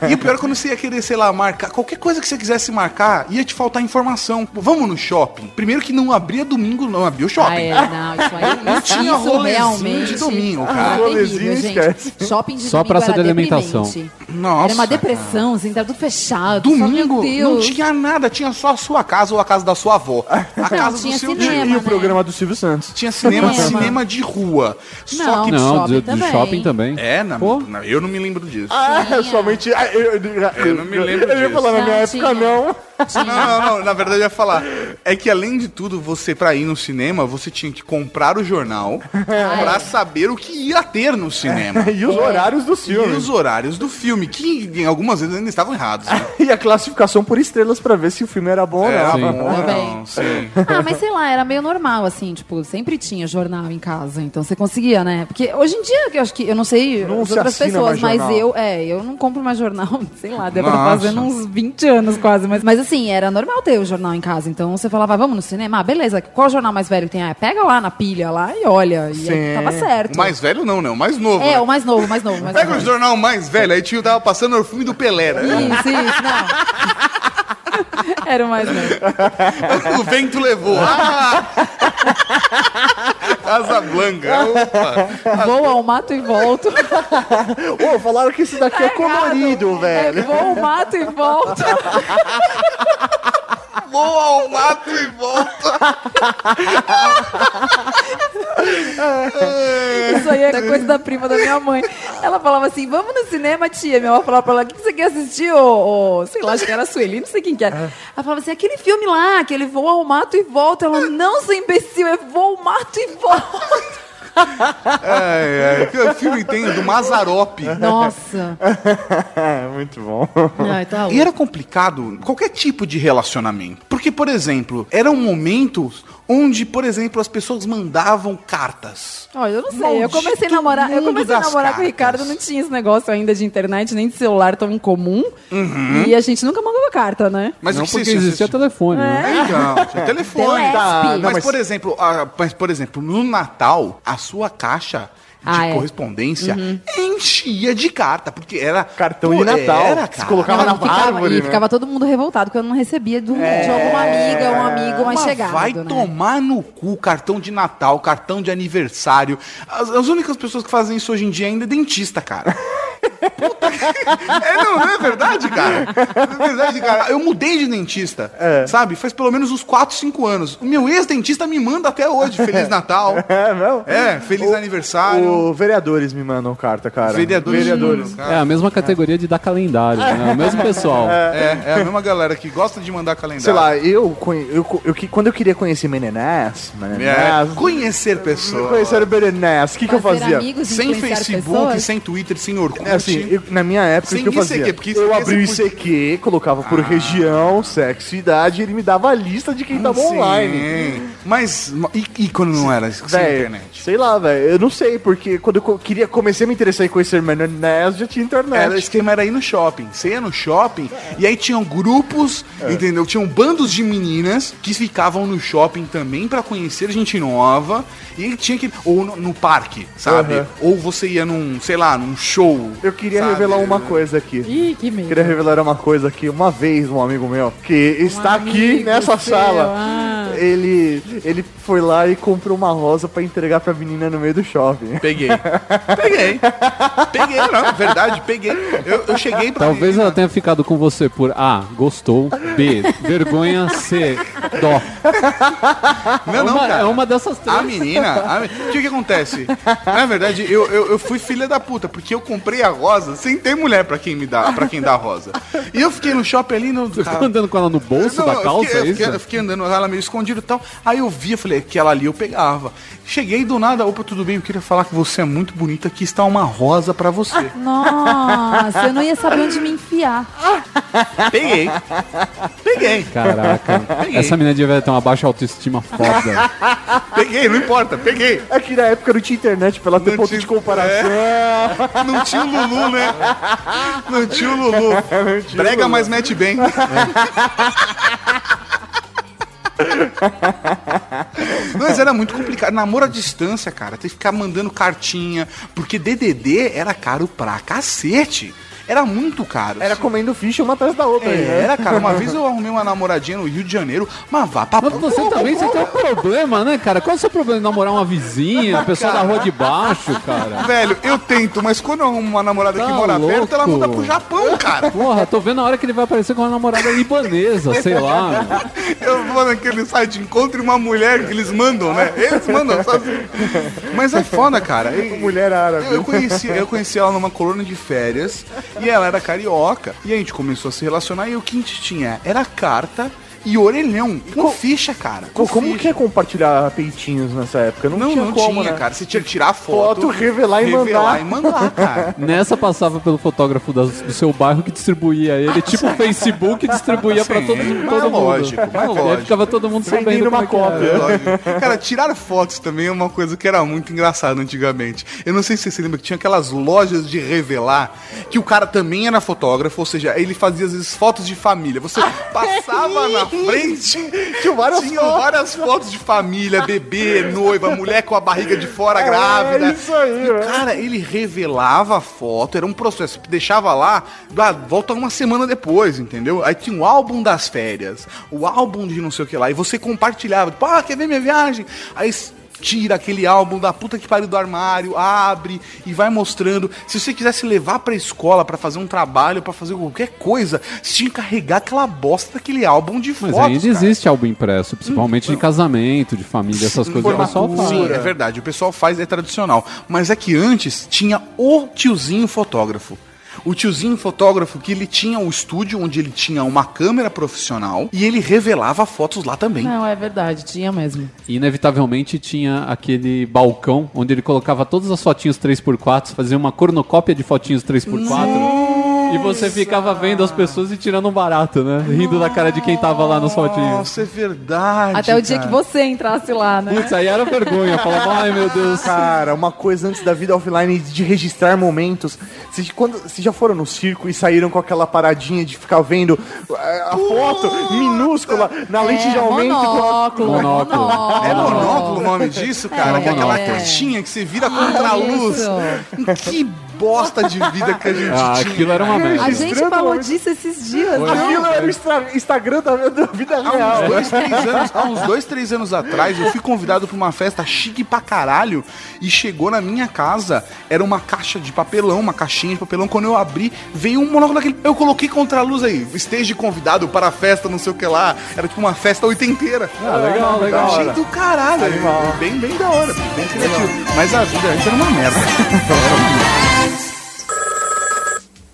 [SPEAKER 1] E o pior é quando você ia querer, sei lá, marcar. Qualquer coisa que você quisesse marcar, ia te faltar informação. Pô, Vamos no shopping. Primeiro que não abria domingo, não abria o
[SPEAKER 4] Ah,
[SPEAKER 1] shopping.
[SPEAKER 4] é, não, isso aí.
[SPEAKER 1] Não tinha
[SPEAKER 4] isso
[SPEAKER 1] rolezinho
[SPEAKER 4] realmente-
[SPEAKER 1] de domingo, cara.
[SPEAKER 4] Ah, terrível,
[SPEAKER 2] Rolezinho,
[SPEAKER 4] gente.
[SPEAKER 2] esquece.
[SPEAKER 4] Shopping de
[SPEAKER 3] Só
[SPEAKER 4] domingo
[SPEAKER 3] praça
[SPEAKER 4] era
[SPEAKER 3] de alimentação.
[SPEAKER 4] deprimente.
[SPEAKER 1] Nossa.
[SPEAKER 4] Era uma depressão, assim, tava tudo fechado.
[SPEAKER 1] Domingo
[SPEAKER 4] só, meu
[SPEAKER 1] não
[SPEAKER 4] Deus.
[SPEAKER 1] tinha nada, tinha só a sua casa ou a casa da sua avó. A casa
[SPEAKER 4] tinha
[SPEAKER 1] do seu
[SPEAKER 4] cinema,
[SPEAKER 1] tio.
[SPEAKER 2] E
[SPEAKER 4] né?
[SPEAKER 2] o programa do Silvio Santos.
[SPEAKER 1] Tinha cinema,
[SPEAKER 4] Cinema.
[SPEAKER 1] cinema de rua. Só
[SPEAKER 4] Não.
[SPEAKER 1] que.
[SPEAKER 3] Não,
[SPEAKER 4] shopping
[SPEAKER 3] do, do
[SPEAKER 4] também.
[SPEAKER 3] shopping também.
[SPEAKER 1] É, na,
[SPEAKER 3] Pô.
[SPEAKER 1] na- eu não me lembro disso.
[SPEAKER 2] Ah, somente. ah, Eu,
[SPEAKER 1] Eu não me lembro
[SPEAKER 2] Eu ia
[SPEAKER 1] disso.
[SPEAKER 2] falar na
[SPEAKER 4] Não,
[SPEAKER 2] minha época,
[SPEAKER 4] tinha.
[SPEAKER 2] não. <laughs>
[SPEAKER 1] Não, não, não, na verdade eu ia falar. É que além de tudo, você, pra ir no cinema, você tinha que comprar o jornal pra saber o que ia ter no cinema.
[SPEAKER 3] <laughs>
[SPEAKER 2] E os horários do
[SPEAKER 1] E
[SPEAKER 2] Silvio.
[SPEAKER 1] os horários do filme, que em algumas vezes ainda estavam errados. Né?
[SPEAKER 2] E a classificação por estrelas pra ver se o filme era bom ou
[SPEAKER 1] Era
[SPEAKER 2] não.
[SPEAKER 1] bom,
[SPEAKER 3] Sim.
[SPEAKER 1] não, sim.
[SPEAKER 4] Ah, mas sei lá, era meio normal, assim, tipo, sempre tinha jornal em casa, então você conseguia, né? Porque hoje em dia, que eu acho que, eu não sei
[SPEAKER 2] Não
[SPEAKER 4] as
[SPEAKER 2] se
[SPEAKER 4] outras
[SPEAKER 2] assina
[SPEAKER 4] pessoas,
[SPEAKER 2] mais
[SPEAKER 4] mas
[SPEAKER 2] jornal.
[SPEAKER 4] eu, é, eu não compro mais jornal, <laughs> sei lá, deve estar
[SPEAKER 1] Nossa.
[SPEAKER 4] fazendo uns 20 anos quase, mas, mas assim, era normal ter o jornal em casa, então você falava, vamos no cinema, ah, beleza, qual jornal mais velho que tem? Ah, pega lá na pilha lá e olha, e aí
[SPEAKER 2] Sim.
[SPEAKER 4] tava certo.
[SPEAKER 1] O mais velho não, né? O mais novo.
[SPEAKER 4] É,
[SPEAKER 1] né?
[SPEAKER 4] o mais novo, o mais novo, o mais
[SPEAKER 1] Pega o
[SPEAKER 4] novo.
[SPEAKER 1] jornal mais velho, aí tio tava passando o filme do Pelé, né? <laughs>
[SPEAKER 4] Isso, isso, não. <laughs> Era o mais novo.
[SPEAKER 1] O vento levou. <laughs> Ah! Asa Blanca. Opa.
[SPEAKER 4] Vou ao mato e volto.
[SPEAKER 2] Ô, falaram que isso daqui é colorido,
[SPEAKER 4] Tá É,
[SPEAKER 2] velho.
[SPEAKER 4] vou ao mato
[SPEAKER 2] <laughs>
[SPEAKER 4] e volto.
[SPEAKER 1] Vou ao mato e volto.
[SPEAKER 4] Isso aí é coisa da prima da minha mãe. Ela falava assim: vamos no cinema, tia. Minha avó falava pra ela: o que que você quer assistir? Ô, ô, sei lá, acho que era a Sueli, não sei quem que era.
[SPEAKER 1] É.
[SPEAKER 4] Ela falava assim: aquele filme lá, que ele voa ao mato e volta. Ela, não, seu imbecil, é voa ao mato e volta.
[SPEAKER 1] Ai, ai, que filme tem do Mazarope.
[SPEAKER 4] Nossa.
[SPEAKER 2] É, muito bom. <laughs>
[SPEAKER 4] Ai, tá
[SPEAKER 1] E é era complicado qualquer tipo de relacionamento. Porque, por exemplo, eram momentos onde, por exemplo, as pessoas mandavam cartas.
[SPEAKER 4] Olha, eu não sei, eu
[SPEAKER 1] Maldito
[SPEAKER 4] comecei a namorar, eu
[SPEAKER 1] mundo
[SPEAKER 4] comecei a
[SPEAKER 1] das
[SPEAKER 4] namorar com o
[SPEAKER 1] cartas.
[SPEAKER 4] Ricardo, não tinha esse negócio ainda de internet, nem de celular tão incomum.
[SPEAKER 1] Uhum.
[SPEAKER 4] E a gente nunca mandou carta, né?
[SPEAKER 1] Mas
[SPEAKER 3] não
[SPEAKER 1] o que você
[SPEAKER 3] porque existia telefone,
[SPEAKER 2] <laughs>
[SPEAKER 3] né?
[SPEAKER 1] Então, tinha telefone.
[SPEAKER 4] Telesp.
[SPEAKER 1] Tá,
[SPEAKER 4] Não,
[SPEAKER 1] mas,
[SPEAKER 2] mas-
[SPEAKER 1] por exemplo, a- mas, por exemplo, no Natal, a sua caixa de
[SPEAKER 4] Ah, é. Uhum.
[SPEAKER 1] correspondência enchia de carta, porque era...
[SPEAKER 2] Cartão de Natal.
[SPEAKER 1] Era,
[SPEAKER 2] Se
[SPEAKER 1] cara.
[SPEAKER 2] colocava
[SPEAKER 4] Não,
[SPEAKER 2] na
[SPEAKER 4] e ficava,
[SPEAKER 2] árvore,
[SPEAKER 4] e
[SPEAKER 2] né?
[SPEAKER 4] ficava todo mundo revoltado, porque eu não recebia do,
[SPEAKER 1] É.
[SPEAKER 4] de alguma amiga, um amigo mais
[SPEAKER 1] Mas
[SPEAKER 4] chegado,
[SPEAKER 1] vai
[SPEAKER 4] né?
[SPEAKER 1] tomar no cu cartão de Natal, cartão de aniversário. As, as únicas pessoas que fazem isso hoje em dia ainda é dentista, cara.
[SPEAKER 4] <laughs>
[SPEAKER 1] Puta que- É, não, não é verdade, cara. Não é verdade, cara. Eu mudei de dentista,
[SPEAKER 2] É.
[SPEAKER 1] sabe? Faz pelo menos uns 4, 5 anos. O meu ex-dentista me manda até hoje.
[SPEAKER 2] <laughs>
[SPEAKER 1] Feliz Natal.
[SPEAKER 2] É, não?
[SPEAKER 1] É, feliz aniversário.
[SPEAKER 2] O vereadores me mandam carta, cara.
[SPEAKER 1] Vereadores. Vereadores.
[SPEAKER 3] É a mesma categoria de dar calendário, né? O mesmo pessoal.
[SPEAKER 1] <laughs> É, é a mesma galera que gosta de mandar calendário.
[SPEAKER 2] Sei lá, eu, conhe- eu, co- eu que- quando eu queria conhecer Menenés, Menenés,
[SPEAKER 1] É, conhecer pessoas.
[SPEAKER 2] conhecer o Menenés, o que, que eu
[SPEAKER 4] Fazer
[SPEAKER 2] fazia?
[SPEAKER 4] amigos,
[SPEAKER 1] Sem
[SPEAKER 4] influenciar
[SPEAKER 1] Facebook,
[SPEAKER 4] pessoas.
[SPEAKER 1] sem Twitter, sem Orkut.
[SPEAKER 2] É assim, eu- na minha época,
[SPEAKER 1] Sem
[SPEAKER 2] o que eu
[SPEAKER 1] ICQ,
[SPEAKER 2] fazia?
[SPEAKER 1] porque ICQ
[SPEAKER 2] eu abri o
[SPEAKER 1] você
[SPEAKER 2] ICQ, colocava
[SPEAKER 1] Ah.
[SPEAKER 2] por região, sexo, idade, e ele me dava a lista de quem tava
[SPEAKER 1] Sim.
[SPEAKER 2] online.
[SPEAKER 1] Mas, e, e quando não era sem
[SPEAKER 2] Véi,
[SPEAKER 1] internet?
[SPEAKER 2] Sei lá, velho. Eu não sei, porque quando eu co- queria, comecei a me interessar em conhecer Menenés, já tinha internet.
[SPEAKER 1] Era, o esquema era ir no shopping. Você ia no shopping e aí tinham grupos,
[SPEAKER 2] É.
[SPEAKER 1] entendeu? Tinham bandos de meninas que ficavam no shopping também pra conhecer gente nova. E aí tinha que. Ou no, no parque, sabe?
[SPEAKER 2] Aham.
[SPEAKER 1] Ou você ia num, sei lá, num show.
[SPEAKER 2] Eu queria
[SPEAKER 1] sabe? né?
[SPEAKER 2] revelar uma coisa aqui.
[SPEAKER 4] Ih, que
[SPEAKER 2] Eu
[SPEAKER 4] medo.
[SPEAKER 2] Queria revelar uma coisa aqui. Uma vez, um amigo meu, que está aqui
[SPEAKER 4] Um amigo
[SPEAKER 2] nessa
[SPEAKER 4] seu,
[SPEAKER 2] sala,
[SPEAKER 4] ah.
[SPEAKER 2] ele, ele foi lá e comprou uma rosa pra entregar pra menina no meio do shopping.
[SPEAKER 1] Peguei. Peguei. Peguei, não, é verdade, peguei. Eu, eu cheguei pra.
[SPEAKER 3] Talvez
[SPEAKER 1] menina-
[SPEAKER 3] ela tenha ficado com você por A, gostou, B, vergonha, C, Dó.
[SPEAKER 1] Não, não,
[SPEAKER 3] Uma-
[SPEAKER 1] cara.
[SPEAKER 3] é uma dessas três.
[SPEAKER 1] A menina... A me- O que que acontece? Na verdade, eu, eu, eu fui filha da puta, porque eu comprei a rosa sem ter mulher pra quem me dá, pra quem dá a rosa. E eu fiquei no shopping ali... No...
[SPEAKER 3] Você <laughs> ficou andando com ela no bolso
[SPEAKER 1] tá. Não,
[SPEAKER 3] da
[SPEAKER 1] eu
[SPEAKER 3] calça,
[SPEAKER 1] fiquei,
[SPEAKER 3] é
[SPEAKER 1] eu
[SPEAKER 3] isso?
[SPEAKER 1] fiquei- eu fiquei andando ela meio escondida e tal. Aí eu vi, eu falei, aquela ali eu pegava. Cheguei do nada, opa, tudo bem, eu queria falar que você é muito bonita, aqui está uma rosa pra você.
[SPEAKER 4] Nossa, eu não ia saber onde me enfiar.
[SPEAKER 1] Peguei. Peguei. <laughs>
[SPEAKER 3] Caraca.
[SPEAKER 1] Peguei.
[SPEAKER 3] Essa menina devia ter uma baixa autoestima foda.
[SPEAKER 1] <laughs> Peguei, não importa, peguei.
[SPEAKER 2] É que na época não tinha internet pra ela ter
[SPEAKER 1] Não
[SPEAKER 2] ponto
[SPEAKER 1] tinha- É.
[SPEAKER 2] de comparação.
[SPEAKER 1] Não tinha o Lulu, né? <laughs> Não tinha o Lulu. É. Brega, mas mete bem. Mas era muito complicado. Namoro à distância, cara. Tem que ficar mandando cartinha. Porque DDD era caro pra cacete. Era muito caro. É,
[SPEAKER 2] Era comendo ficha uma atrás da outra. aí, né?
[SPEAKER 1] Era, cara. Uma vez eu arrumei uma namoradinha no Rio de Janeiro. Mas vá pra
[SPEAKER 3] Mas você também você tem um problema, né, cara? Qual é o seu problema? Namorar uma vizinha, a pessoa da rua de baixo, cara?
[SPEAKER 1] Velho, eu tento, mas quando eu arrumo uma namorada que
[SPEAKER 3] Tá
[SPEAKER 1] mora
[SPEAKER 3] louco.
[SPEAKER 1] perto, ela muda pro Japão, cara.
[SPEAKER 3] Porra, tô vendo a hora que ele vai aparecer com uma namorada libanesa, sei lá. meu.
[SPEAKER 1] Eu vou naquele site, encontre uma mulher que eles mandam, né? Eles mandam, só assim. Mas é foda, cara. E-
[SPEAKER 2] Mulher árabe.
[SPEAKER 1] Eu conheci, eu conheci ela numa coluna de férias e ela era carioca. E a gente começou a se relacionar e o que a gente tinha era carta e orelhão. Com ficha, cara.
[SPEAKER 2] Co-
[SPEAKER 1] com
[SPEAKER 2] Como
[SPEAKER 1] ficha.
[SPEAKER 2] que é compartilhar peitinhos nessa época? Não,
[SPEAKER 1] Não,
[SPEAKER 2] tinha
[SPEAKER 1] não
[SPEAKER 2] como,
[SPEAKER 1] tinha,
[SPEAKER 2] né?
[SPEAKER 1] cara. Você tinha que tirar foto,
[SPEAKER 2] Foto, revelar e mandar.
[SPEAKER 1] e mandar, cara.
[SPEAKER 3] Nessa passava pelo fotógrafo das- do seu bairro que distribuía ele, tipo o Facebook, distribuía pra todo,
[SPEAKER 1] Sim, mas
[SPEAKER 3] todo mundo.
[SPEAKER 1] lógico, mas
[SPEAKER 3] E aí
[SPEAKER 1] lógico.
[SPEAKER 3] ficava todo mundo sabendo
[SPEAKER 2] Vendendo
[SPEAKER 3] como
[SPEAKER 2] uma
[SPEAKER 3] é que era.
[SPEAKER 2] cópia.
[SPEAKER 1] Lógico. Cara, tirar fotos também é uma coisa que era muito engraçada antigamente. Eu não sei se você se lembra que tinha aquelas lojas de revelar que o cara também era fotógrafo, ou seja, ele fazia às vezes fotos de família. Você passava
[SPEAKER 2] <laughs>
[SPEAKER 1] na frente,
[SPEAKER 2] Tinha várias
[SPEAKER 1] tinham
[SPEAKER 2] fotos.
[SPEAKER 1] várias fotos de família, bebê, noiva, mulher com a barriga de fora grávida.
[SPEAKER 2] É isso aí,
[SPEAKER 1] E,
[SPEAKER 2] né?
[SPEAKER 1] Cara, ele revelava a foto, era um processo, deixava lá, dá- volta uma semana depois, entendeu? Aí tinha o álbum das férias, o álbum de não sei o que lá, e você compartilhava, tipo, ah, quer ver minha viagem? Aí s- tira aquele álbum da puta que pariu do armário, abre e vai mostrando. Se você quisesse levar pra escola pra fazer um trabalho, pra fazer qualquer coisa, você tinha que carregar aquela bosta daquele álbum de
[SPEAKER 3] Mas
[SPEAKER 1] fotos,
[SPEAKER 3] ainda
[SPEAKER 1] cara.
[SPEAKER 3] existe álbum impresso, principalmente de casamento, de família, essas coisas. O pessoal
[SPEAKER 1] Formatura. Sim, é
[SPEAKER 3] fala.
[SPEAKER 1] verdade. O pessoal faz, é tradicional. Mas é que antes tinha o tiozinho fotógrafo. O tiozinho fotógrafo que ele tinha o estúdio onde ele tinha uma câmera profissional e ele revelava fotos lá também.
[SPEAKER 4] <laughs> Não, é verdade, tinha mesmo.
[SPEAKER 3] E inevitavelmente tinha aquele balcão onde ele colocava todas as fotinhas 3x4, fazia uma cornucópia de fotinhos 3x4. E você ficava vendo as pessoas e tirando um barato, né? Rindo da cara de quem tava lá nas fotinhas.
[SPEAKER 1] Nossa, é verdade.
[SPEAKER 4] Até o dia que
[SPEAKER 1] cara.
[SPEAKER 4] você entrasse lá, né?
[SPEAKER 3] Putz, aí era vergonha. Falava, ai meu Deus.
[SPEAKER 2] Cara, uma coisa antes da vida offline de registrar momentos. Vocês quando, vocês já foram no circo e saíram com aquela paradinha de ficar vendo eh, a foto minúscula na lente de aumento? com a-
[SPEAKER 4] É, monóculo,
[SPEAKER 3] Monóculo.
[SPEAKER 1] É monóculo o nome disso, cara?
[SPEAKER 4] É.
[SPEAKER 1] que é aquela
[SPEAKER 4] É.
[SPEAKER 1] caixinha que você vira
[SPEAKER 3] Ah,
[SPEAKER 1] contra a luz. Que bosta de vida que a gente
[SPEAKER 3] Ah,
[SPEAKER 1] tinha.
[SPEAKER 3] aquilo era uma merda.
[SPEAKER 4] A gente falou disso esses dias, né?
[SPEAKER 2] Aquilo era o Instra- Instagram da, da vida
[SPEAKER 1] Há uns
[SPEAKER 2] real.
[SPEAKER 1] dois, três anos, há uns dois, três anos atrás, eu fui convidado pra uma festa chique pra caralho e chegou na minha casa, era uma caixa de papelão, uma caixinha de papelão. Quando eu abri, veio um monóculo daquele. Eu coloquei contra a luz aí, esteja convidado para a festa, não sei o que lá. Era tipo uma festa oitenteira.
[SPEAKER 3] Ah, legal,
[SPEAKER 1] Eu
[SPEAKER 3] legal.
[SPEAKER 1] achei do caralho, bem, bem da hora, bem criativo. Mas a vida antes era uma merda.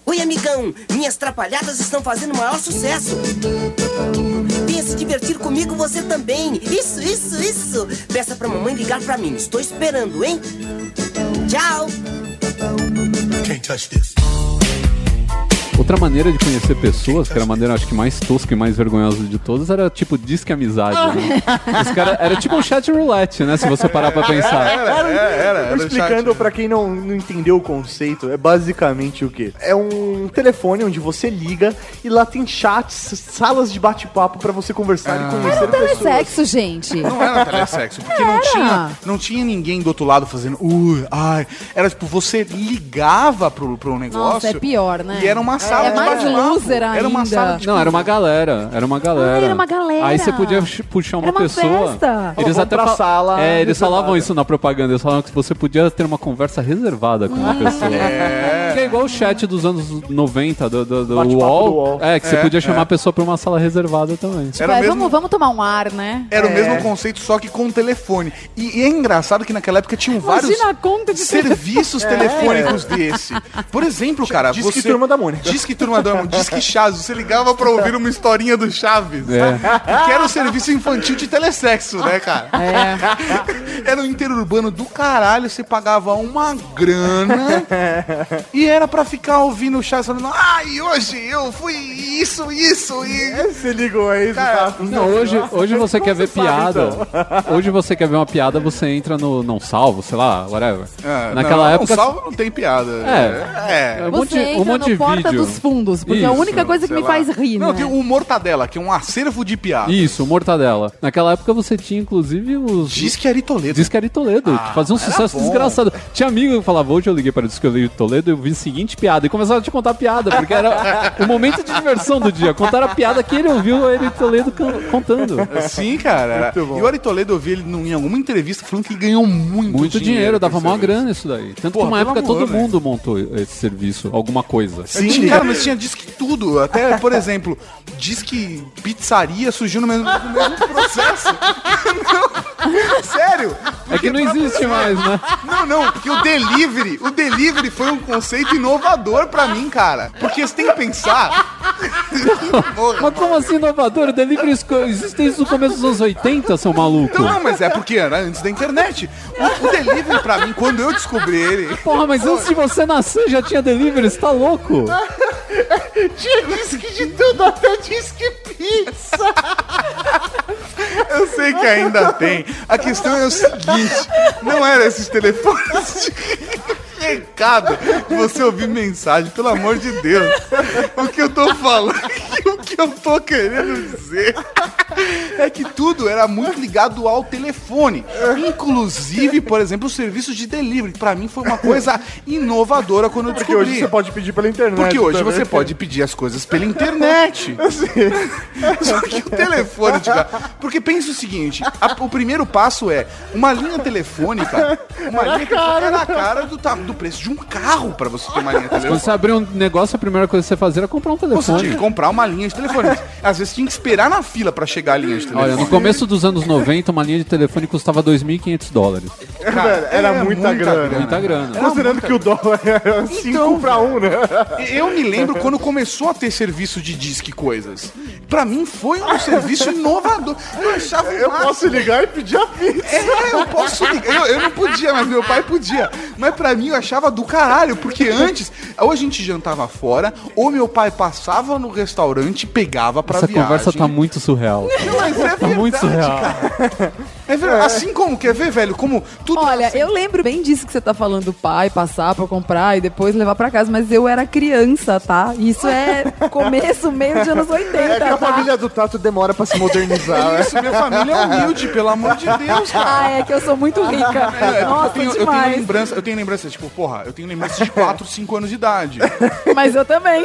[SPEAKER 11] Oi, amigão! Minhas trapalhadas estão fazendo o maior sucesso! Venha se divertir comigo você também! Isso, isso, isso! Peça pra mamãe ligar pra mim, estou esperando, hein? Tchau!
[SPEAKER 3] Outra maneira de conhecer pessoas, que era a maneira acho que mais tosca e mais vergonhosa de todas, era tipo disque amizade. <laughs> Né? Os cara, era tipo um chat roulette, né? Se você parar pra pensar.
[SPEAKER 1] Era, era,
[SPEAKER 2] Tô
[SPEAKER 1] era
[SPEAKER 2] explicando
[SPEAKER 1] chato.
[SPEAKER 2] pra quem não, não entendeu o conceito, é basicamente o quê? É um telefone onde você liga e lá tem chats, salas de bate-papo pra você conversar
[SPEAKER 1] Ah.
[SPEAKER 2] e conhecer
[SPEAKER 4] É
[SPEAKER 2] pessoas.
[SPEAKER 4] sexo, gente.
[SPEAKER 1] Não era telesexo, porque não tinha, não tinha ninguém do outro lado fazendo ui, ai. Era tipo, você ligava pro, pro negócio.
[SPEAKER 4] Nossa, é pior, né?
[SPEAKER 1] E era uma sala
[SPEAKER 4] É
[SPEAKER 1] de
[SPEAKER 4] mais
[SPEAKER 1] bate-papo.
[SPEAKER 4] loser
[SPEAKER 1] Era uma
[SPEAKER 4] ainda.
[SPEAKER 1] sala de
[SPEAKER 3] Não, era uma galera. Era uma galera.
[SPEAKER 4] Ah, era uma galera.
[SPEAKER 3] Aí você podia ch- puxar uma,
[SPEAKER 4] Era uma
[SPEAKER 3] pessoa.
[SPEAKER 4] festa.
[SPEAKER 3] Eles
[SPEAKER 2] Vamos
[SPEAKER 3] até
[SPEAKER 2] pra
[SPEAKER 3] fal-
[SPEAKER 2] sala
[SPEAKER 3] É, eles
[SPEAKER 2] reservada.
[SPEAKER 3] falavam isso na propaganda. Eles falavam que você podia ter uma conversa reservada com uma pessoa. que é igual o chat dos anos 90 do, do, do
[SPEAKER 2] Bate-papo
[SPEAKER 3] UOL.
[SPEAKER 2] do UOL.
[SPEAKER 3] É, que você
[SPEAKER 1] É,
[SPEAKER 3] podia
[SPEAKER 1] é.
[SPEAKER 3] chamar a pessoa pra uma sala reservada também.
[SPEAKER 4] Tipo, é, vamos, vamos tomar um ar, né?
[SPEAKER 1] Era o
[SPEAKER 4] É.
[SPEAKER 1] mesmo conceito, só que com o telefone. E, e é engraçado que naquela época tinham vários
[SPEAKER 4] Imagina a conta de <laughs>
[SPEAKER 1] serviços
[SPEAKER 4] telefone.
[SPEAKER 1] telefônicos
[SPEAKER 2] É.
[SPEAKER 1] desse. Por exemplo, cara,
[SPEAKER 2] Disque
[SPEAKER 1] você...
[SPEAKER 2] Turma da Mônica.
[SPEAKER 1] Disque Turma da Mônica. Disque Chaves. Você ligava pra ouvir uma historinha do Chaves.
[SPEAKER 3] É.
[SPEAKER 1] Porque era o serviço infantil de telesexo, né, cara?
[SPEAKER 4] É.
[SPEAKER 1] Era um interurbano do caralho. Você pagava uma grana e era pra ficar ouvindo o Chaves falando Ai, hoje eu fui isso, isso e...
[SPEAKER 2] Você ligou aí,
[SPEAKER 1] Cara,
[SPEAKER 3] Não, hoje, hoje você quer ver
[SPEAKER 2] sabe,
[SPEAKER 3] piada. Hoje você quer ver uma piada, você entra no Não Salvo, sei lá, whatever.
[SPEAKER 1] É,
[SPEAKER 3] Naquela
[SPEAKER 1] não,
[SPEAKER 3] época.
[SPEAKER 1] Não, salvo não tem piada.
[SPEAKER 3] É.
[SPEAKER 1] É.
[SPEAKER 3] Um monte-
[SPEAKER 4] Você entra
[SPEAKER 3] um monte
[SPEAKER 4] no
[SPEAKER 3] de
[SPEAKER 4] Porta
[SPEAKER 3] vídeo.
[SPEAKER 4] dos Fundos, porque é a
[SPEAKER 3] Isso,
[SPEAKER 4] única coisa que
[SPEAKER 1] sei
[SPEAKER 4] me
[SPEAKER 1] lá.
[SPEAKER 4] faz rir,
[SPEAKER 1] Não,
[SPEAKER 4] né?
[SPEAKER 1] tem o Mortadela, que é um acervo de piada.
[SPEAKER 3] Isso, Mortadela. Naquela época você tinha, inclusive, os.
[SPEAKER 1] Diz que era Toledo.
[SPEAKER 3] Diz que era Toledo, que fazia um sucesso
[SPEAKER 1] bom.
[SPEAKER 3] desgraçado. Tinha amigo que falava, hoje eu liguei para o Disco de Toledo e eu vi a seguinte piada. E começava a te contar a piada,
[SPEAKER 1] <laughs>
[SPEAKER 3] porque era o momento de diversão do dia. Contar a piada que ele ouviu ele Toledo can- contando.
[SPEAKER 1] É, Sim, cara. era.
[SPEAKER 2] Muito bom.
[SPEAKER 1] E o Ari Toledo, eu vi ele num- em alguma entrevista falando que ele ganhou muito,
[SPEAKER 3] Muito dinheiro, dava
[SPEAKER 1] mó
[SPEAKER 3] maior grana isso daí. Tanto
[SPEAKER 1] Porra,
[SPEAKER 3] que uma
[SPEAKER 1] pelo
[SPEAKER 3] época
[SPEAKER 1] amor, É
[SPEAKER 3] todo
[SPEAKER 1] né?
[SPEAKER 3] mundo montou esse serviço, alguma coisa.
[SPEAKER 1] Sim, tipo, cara, mas tinha disque tudo. Até, por exemplo, disque pizzaria surgiu no mesmo, no mesmo processo. <laughs> Não, sério.
[SPEAKER 3] É que não existe mais, né?
[SPEAKER 1] Não, não, porque o delivery, o delivery foi um conceito inovador pra mim, cara. Porque você tem que pensar.
[SPEAKER 3] Mas como assim inovador? O delivery esco- existe isso no começo dos anos 80, seu maluco.
[SPEAKER 1] Não, mas é porque era antes da internet. O, o delivery pra mim, quando eu descobri ele,
[SPEAKER 3] Porra, mas antes de você nascer já tinha delivery, você tá louco?
[SPEAKER 10] Disque de tudo, até disque pizza.
[SPEAKER 1] Eu sei que ainda tem. A questão é o seguinte: não era esses telefones de recado que você ouvir mensagem, pelo amor de Deus. O que eu tô falando, <laughs> o que eu tô querendo dizer é que tudo era muito ligado ao telefone. Inclusive, por exemplo, os serviços de delivery. Pra mim foi uma coisa inovadora quando eu
[SPEAKER 2] Porque
[SPEAKER 1] descobri.
[SPEAKER 2] hoje você pode pedir pela internet.
[SPEAKER 1] Porque hoje
[SPEAKER 2] também.
[SPEAKER 1] você pode pedir as coisas pela internet. Só que o telefone de lá. Porque pensa o seguinte: a- o primeiro passo é uma linha telefônica. Uma linha telefônica era a cara do, ta- do preço de um carro pra você ter uma linha
[SPEAKER 3] Quando você
[SPEAKER 1] telefônica.
[SPEAKER 3] abrir um negócio, a primeira coisa que você fazer era comprar um
[SPEAKER 1] Você tinha
[SPEAKER 3] telefone.
[SPEAKER 1] que comprar uma linha de telefone. Às vezes tinha que esperar na fila pra chegar a linha de telefone.
[SPEAKER 3] Olha, no começo dos anos 90, uma linha de telefone custava 2.500 dólares.
[SPEAKER 2] <laughs> Velho, era
[SPEAKER 1] é
[SPEAKER 2] muita, grana.
[SPEAKER 3] Muita grana.
[SPEAKER 2] Considerando que o dólar era 5
[SPEAKER 1] Então,
[SPEAKER 2] pra
[SPEAKER 1] <laughs>
[SPEAKER 2] 1, né?
[SPEAKER 1] Eu me lembro quando começou a ter serviço de disque coisas. Pra mim foi um serviço inovador. Eu achava o
[SPEAKER 2] Eu
[SPEAKER 1] máximo.
[SPEAKER 2] posso ligar e pedir a pizza.
[SPEAKER 1] É, eu posso ligar. Eu, eu não podia, mas meu pai podia. Mas pra mim eu achava do caralho, porque antes, ou a gente jantava fora, ou meu pai passava no restaurante e pegava pra
[SPEAKER 3] Essa
[SPEAKER 1] viagem.
[SPEAKER 3] conversa tá muito surreal.
[SPEAKER 1] Não, mas é
[SPEAKER 3] Tá
[SPEAKER 1] verdade,
[SPEAKER 3] muito surreal.
[SPEAKER 1] É verdade. Assim como, quer ver, velho? Como tudo.
[SPEAKER 4] Olha, eu lembro bem disso que você tá falando, do pai, passar pra comprar e depois levar pra casa, mas eu era criança, tá? Isso <laughs> é começo, meio de anos 80,
[SPEAKER 2] É que a
[SPEAKER 4] tá?
[SPEAKER 2] família do Tato demora pra se modernizar. né?
[SPEAKER 1] Isso, minha família é humilde, pelo amor de
[SPEAKER 4] <laughs>
[SPEAKER 1] Deus, cara.
[SPEAKER 4] Ah, é que eu sou muito rica. <laughs>
[SPEAKER 1] É, porque
[SPEAKER 4] Nossa,
[SPEAKER 1] eu, tenho, eu tenho
[SPEAKER 4] demais.
[SPEAKER 1] lembrança, eu tenho lembrança, tipo, porra, eu tenho lembrança de 4, 5 anos de idade.
[SPEAKER 4] Mas eu também.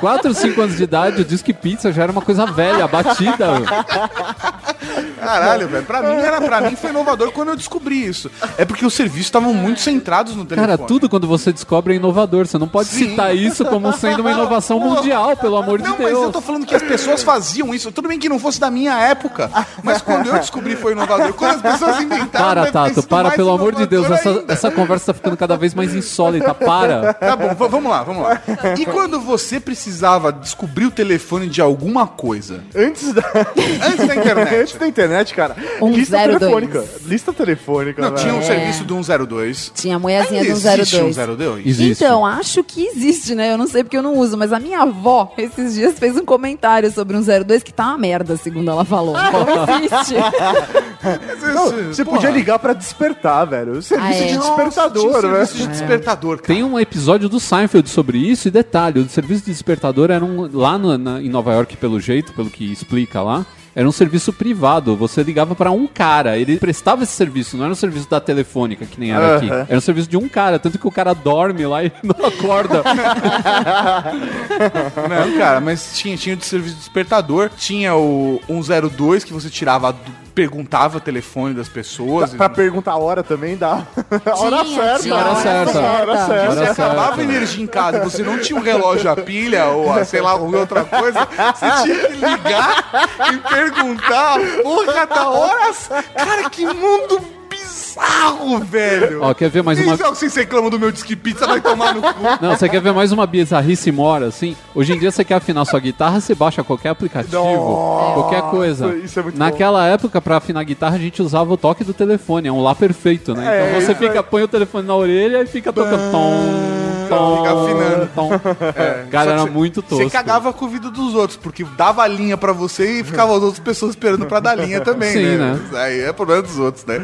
[SPEAKER 3] 4, 5 anos de idade, o disque pizza já era uma coisa velha,
[SPEAKER 1] <laughs>
[SPEAKER 3] batida.
[SPEAKER 1] Caralho, velho, pra mim era, pra mim foi inovador quando eu descobri isso. É porque os serviços estavam muito centrados no telefone.
[SPEAKER 3] Cara, tudo quando você descobre é inovador. Você não pode
[SPEAKER 1] Sim.
[SPEAKER 3] citar isso como sendo uma inovação mundial, pelo amor de
[SPEAKER 1] Não, mas eu
[SPEAKER 3] Deus.
[SPEAKER 1] tô falando que as pessoas faziam isso. Tudo bem que não fosse da minha época, mas quando eu descobri foi inovador. Quando as pessoas inventaram.
[SPEAKER 3] Para,
[SPEAKER 1] deve ter
[SPEAKER 3] Tato,
[SPEAKER 1] sido
[SPEAKER 3] para,
[SPEAKER 1] mais
[SPEAKER 3] pelo amor de Deus.
[SPEAKER 1] inovador
[SPEAKER 3] Essa,
[SPEAKER 1] ainda.
[SPEAKER 3] essa conversa tá ficando cada vez mais insólita. Para.
[SPEAKER 1] Tá bom, v- vamos lá, vamos lá. E quando você precisava descobrir o telefone de alguma coisa?
[SPEAKER 2] <laughs> Antes da,
[SPEAKER 1] Antes da
[SPEAKER 2] antes <laughs>
[SPEAKER 1] internet.
[SPEAKER 2] da internet, cara.
[SPEAKER 4] Um
[SPEAKER 2] lista
[SPEAKER 4] zero dois.
[SPEAKER 2] telefônica. Lista telefônica,
[SPEAKER 1] Não, tinha um
[SPEAKER 4] É.
[SPEAKER 1] serviço do 102.
[SPEAKER 4] Tinha a moezinha do
[SPEAKER 1] existe
[SPEAKER 4] 02.
[SPEAKER 1] um 02?
[SPEAKER 3] Existe.
[SPEAKER 4] Então, acho que existe, né? Eu não sei porque eu não uso, mas a minha avó, esses dias, fez um comentário sobre um 02 que tá uma merda, segundo ela falou. <laughs> Então existe.
[SPEAKER 1] Não,
[SPEAKER 2] Você podia ligar pra despertar, velho. O serviço
[SPEAKER 4] Ah, é.
[SPEAKER 2] de
[SPEAKER 1] Tinha um
[SPEAKER 2] despertador, né?
[SPEAKER 1] serviço de despertador, cara.
[SPEAKER 3] Tem um episódio do Seinfeld sobre isso, e detalhe, o serviço de despertador era um. Lá no- na- em Nova York, pelo jeito, pelo que explica lá, era um serviço privado. Você ligava pra um cara, ele prestava esse serviço, não era um serviço da telefônica, que nem era aqui.
[SPEAKER 2] Aham.
[SPEAKER 3] Era um serviço de um cara, tanto que o cara dorme lá e <laughs>
[SPEAKER 1] <laughs>
[SPEAKER 3] não acorda.
[SPEAKER 1] Não, cara, mas tinha, tinha o de serviço de despertador, tinha o 102 que você tirava do perguntava o telefone das pessoas.
[SPEAKER 2] Pra perguntar a hora
[SPEAKER 1] <laughs>
[SPEAKER 2] também dá. Tá A hora
[SPEAKER 1] Tinha,
[SPEAKER 4] assim,
[SPEAKER 2] certa.
[SPEAKER 1] tinha hora certa.
[SPEAKER 2] A
[SPEAKER 4] Ah,
[SPEAKER 2] hora
[SPEAKER 4] é.
[SPEAKER 3] Tá
[SPEAKER 2] certa.
[SPEAKER 1] Se acabava
[SPEAKER 3] né?
[SPEAKER 1] a energia em casa, e você não tinha um relógio a pilha ou a, sei lá, alguma outra coisa, você tinha que ligar e perguntar a porra da hora. c- Cara, que mundo bizarro, velho.
[SPEAKER 3] Ó, quer ver mais uma-
[SPEAKER 1] Isso é o que vocês reclamam do meu disque pizza, vai tomar no cu.
[SPEAKER 3] Não, você quer ver mais uma bizarrice mora, assim? Hoje em dia você quer afinar sua guitarra, você baixa qualquer aplicativo, qualquer coisa.
[SPEAKER 2] isso é muito
[SPEAKER 3] Naquela época, pra afinar guitarra, a gente usava o toque do telefone, é um lá perfeito, né?
[SPEAKER 2] É,
[SPEAKER 3] então você
[SPEAKER 2] isso
[SPEAKER 3] fica, põe o telefone na orelha e fica tocando tom, tom,
[SPEAKER 1] Fica afinando.
[SPEAKER 3] tom.
[SPEAKER 1] É,
[SPEAKER 3] <laughs> Cara,
[SPEAKER 1] só que
[SPEAKER 3] era
[SPEAKER 1] cê-
[SPEAKER 3] muito
[SPEAKER 1] Você
[SPEAKER 3] tosco.
[SPEAKER 1] cagava com o vidro dos outros, porque dava a linha pra você e ficava as outras pessoas esperando pra dar linha também,
[SPEAKER 3] Sim,
[SPEAKER 1] né?
[SPEAKER 3] né?
[SPEAKER 1] Aí é problema dos outros, né?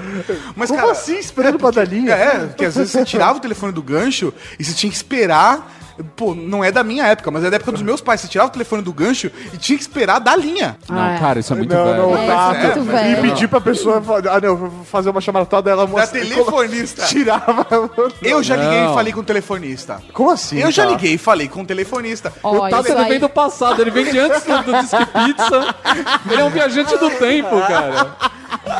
[SPEAKER 1] Mas,
[SPEAKER 2] Como
[SPEAKER 1] cara,
[SPEAKER 2] assim, esperando pra dar linha?
[SPEAKER 1] É, porque às vezes você tirava o telefone do gancho e você tinha que esperar. Pô, não é da minha época, mas é da época dos meus pais. Você tirava o telefone do gancho e tinha que esperar dar linha.
[SPEAKER 4] Ah,
[SPEAKER 3] Não, cara, isso é muito
[SPEAKER 2] Não,
[SPEAKER 3] velho.
[SPEAKER 2] não,
[SPEAKER 4] É,
[SPEAKER 2] dá.
[SPEAKER 4] isso é muito velho.
[SPEAKER 2] E pedir pra pessoa fa- ah, não, vou fazer uma chamada tal dela.
[SPEAKER 1] Da
[SPEAKER 2] <laughs>
[SPEAKER 1] telefonista.
[SPEAKER 2] Tirava.
[SPEAKER 1] Eu já liguei
[SPEAKER 3] Não.
[SPEAKER 1] e falei com o telefonista.
[SPEAKER 2] Como assim?
[SPEAKER 1] Eu já
[SPEAKER 2] cara?
[SPEAKER 1] liguei e falei com o telefonista.
[SPEAKER 4] Ó,
[SPEAKER 3] Tá,
[SPEAKER 4] isso
[SPEAKER 3] ele
[SPEAKER 4] aí-
[SPEAKER 3] vem do passado, ele vem de antes do, do Disque Pizza. Ele é um viajante do tempo, cara.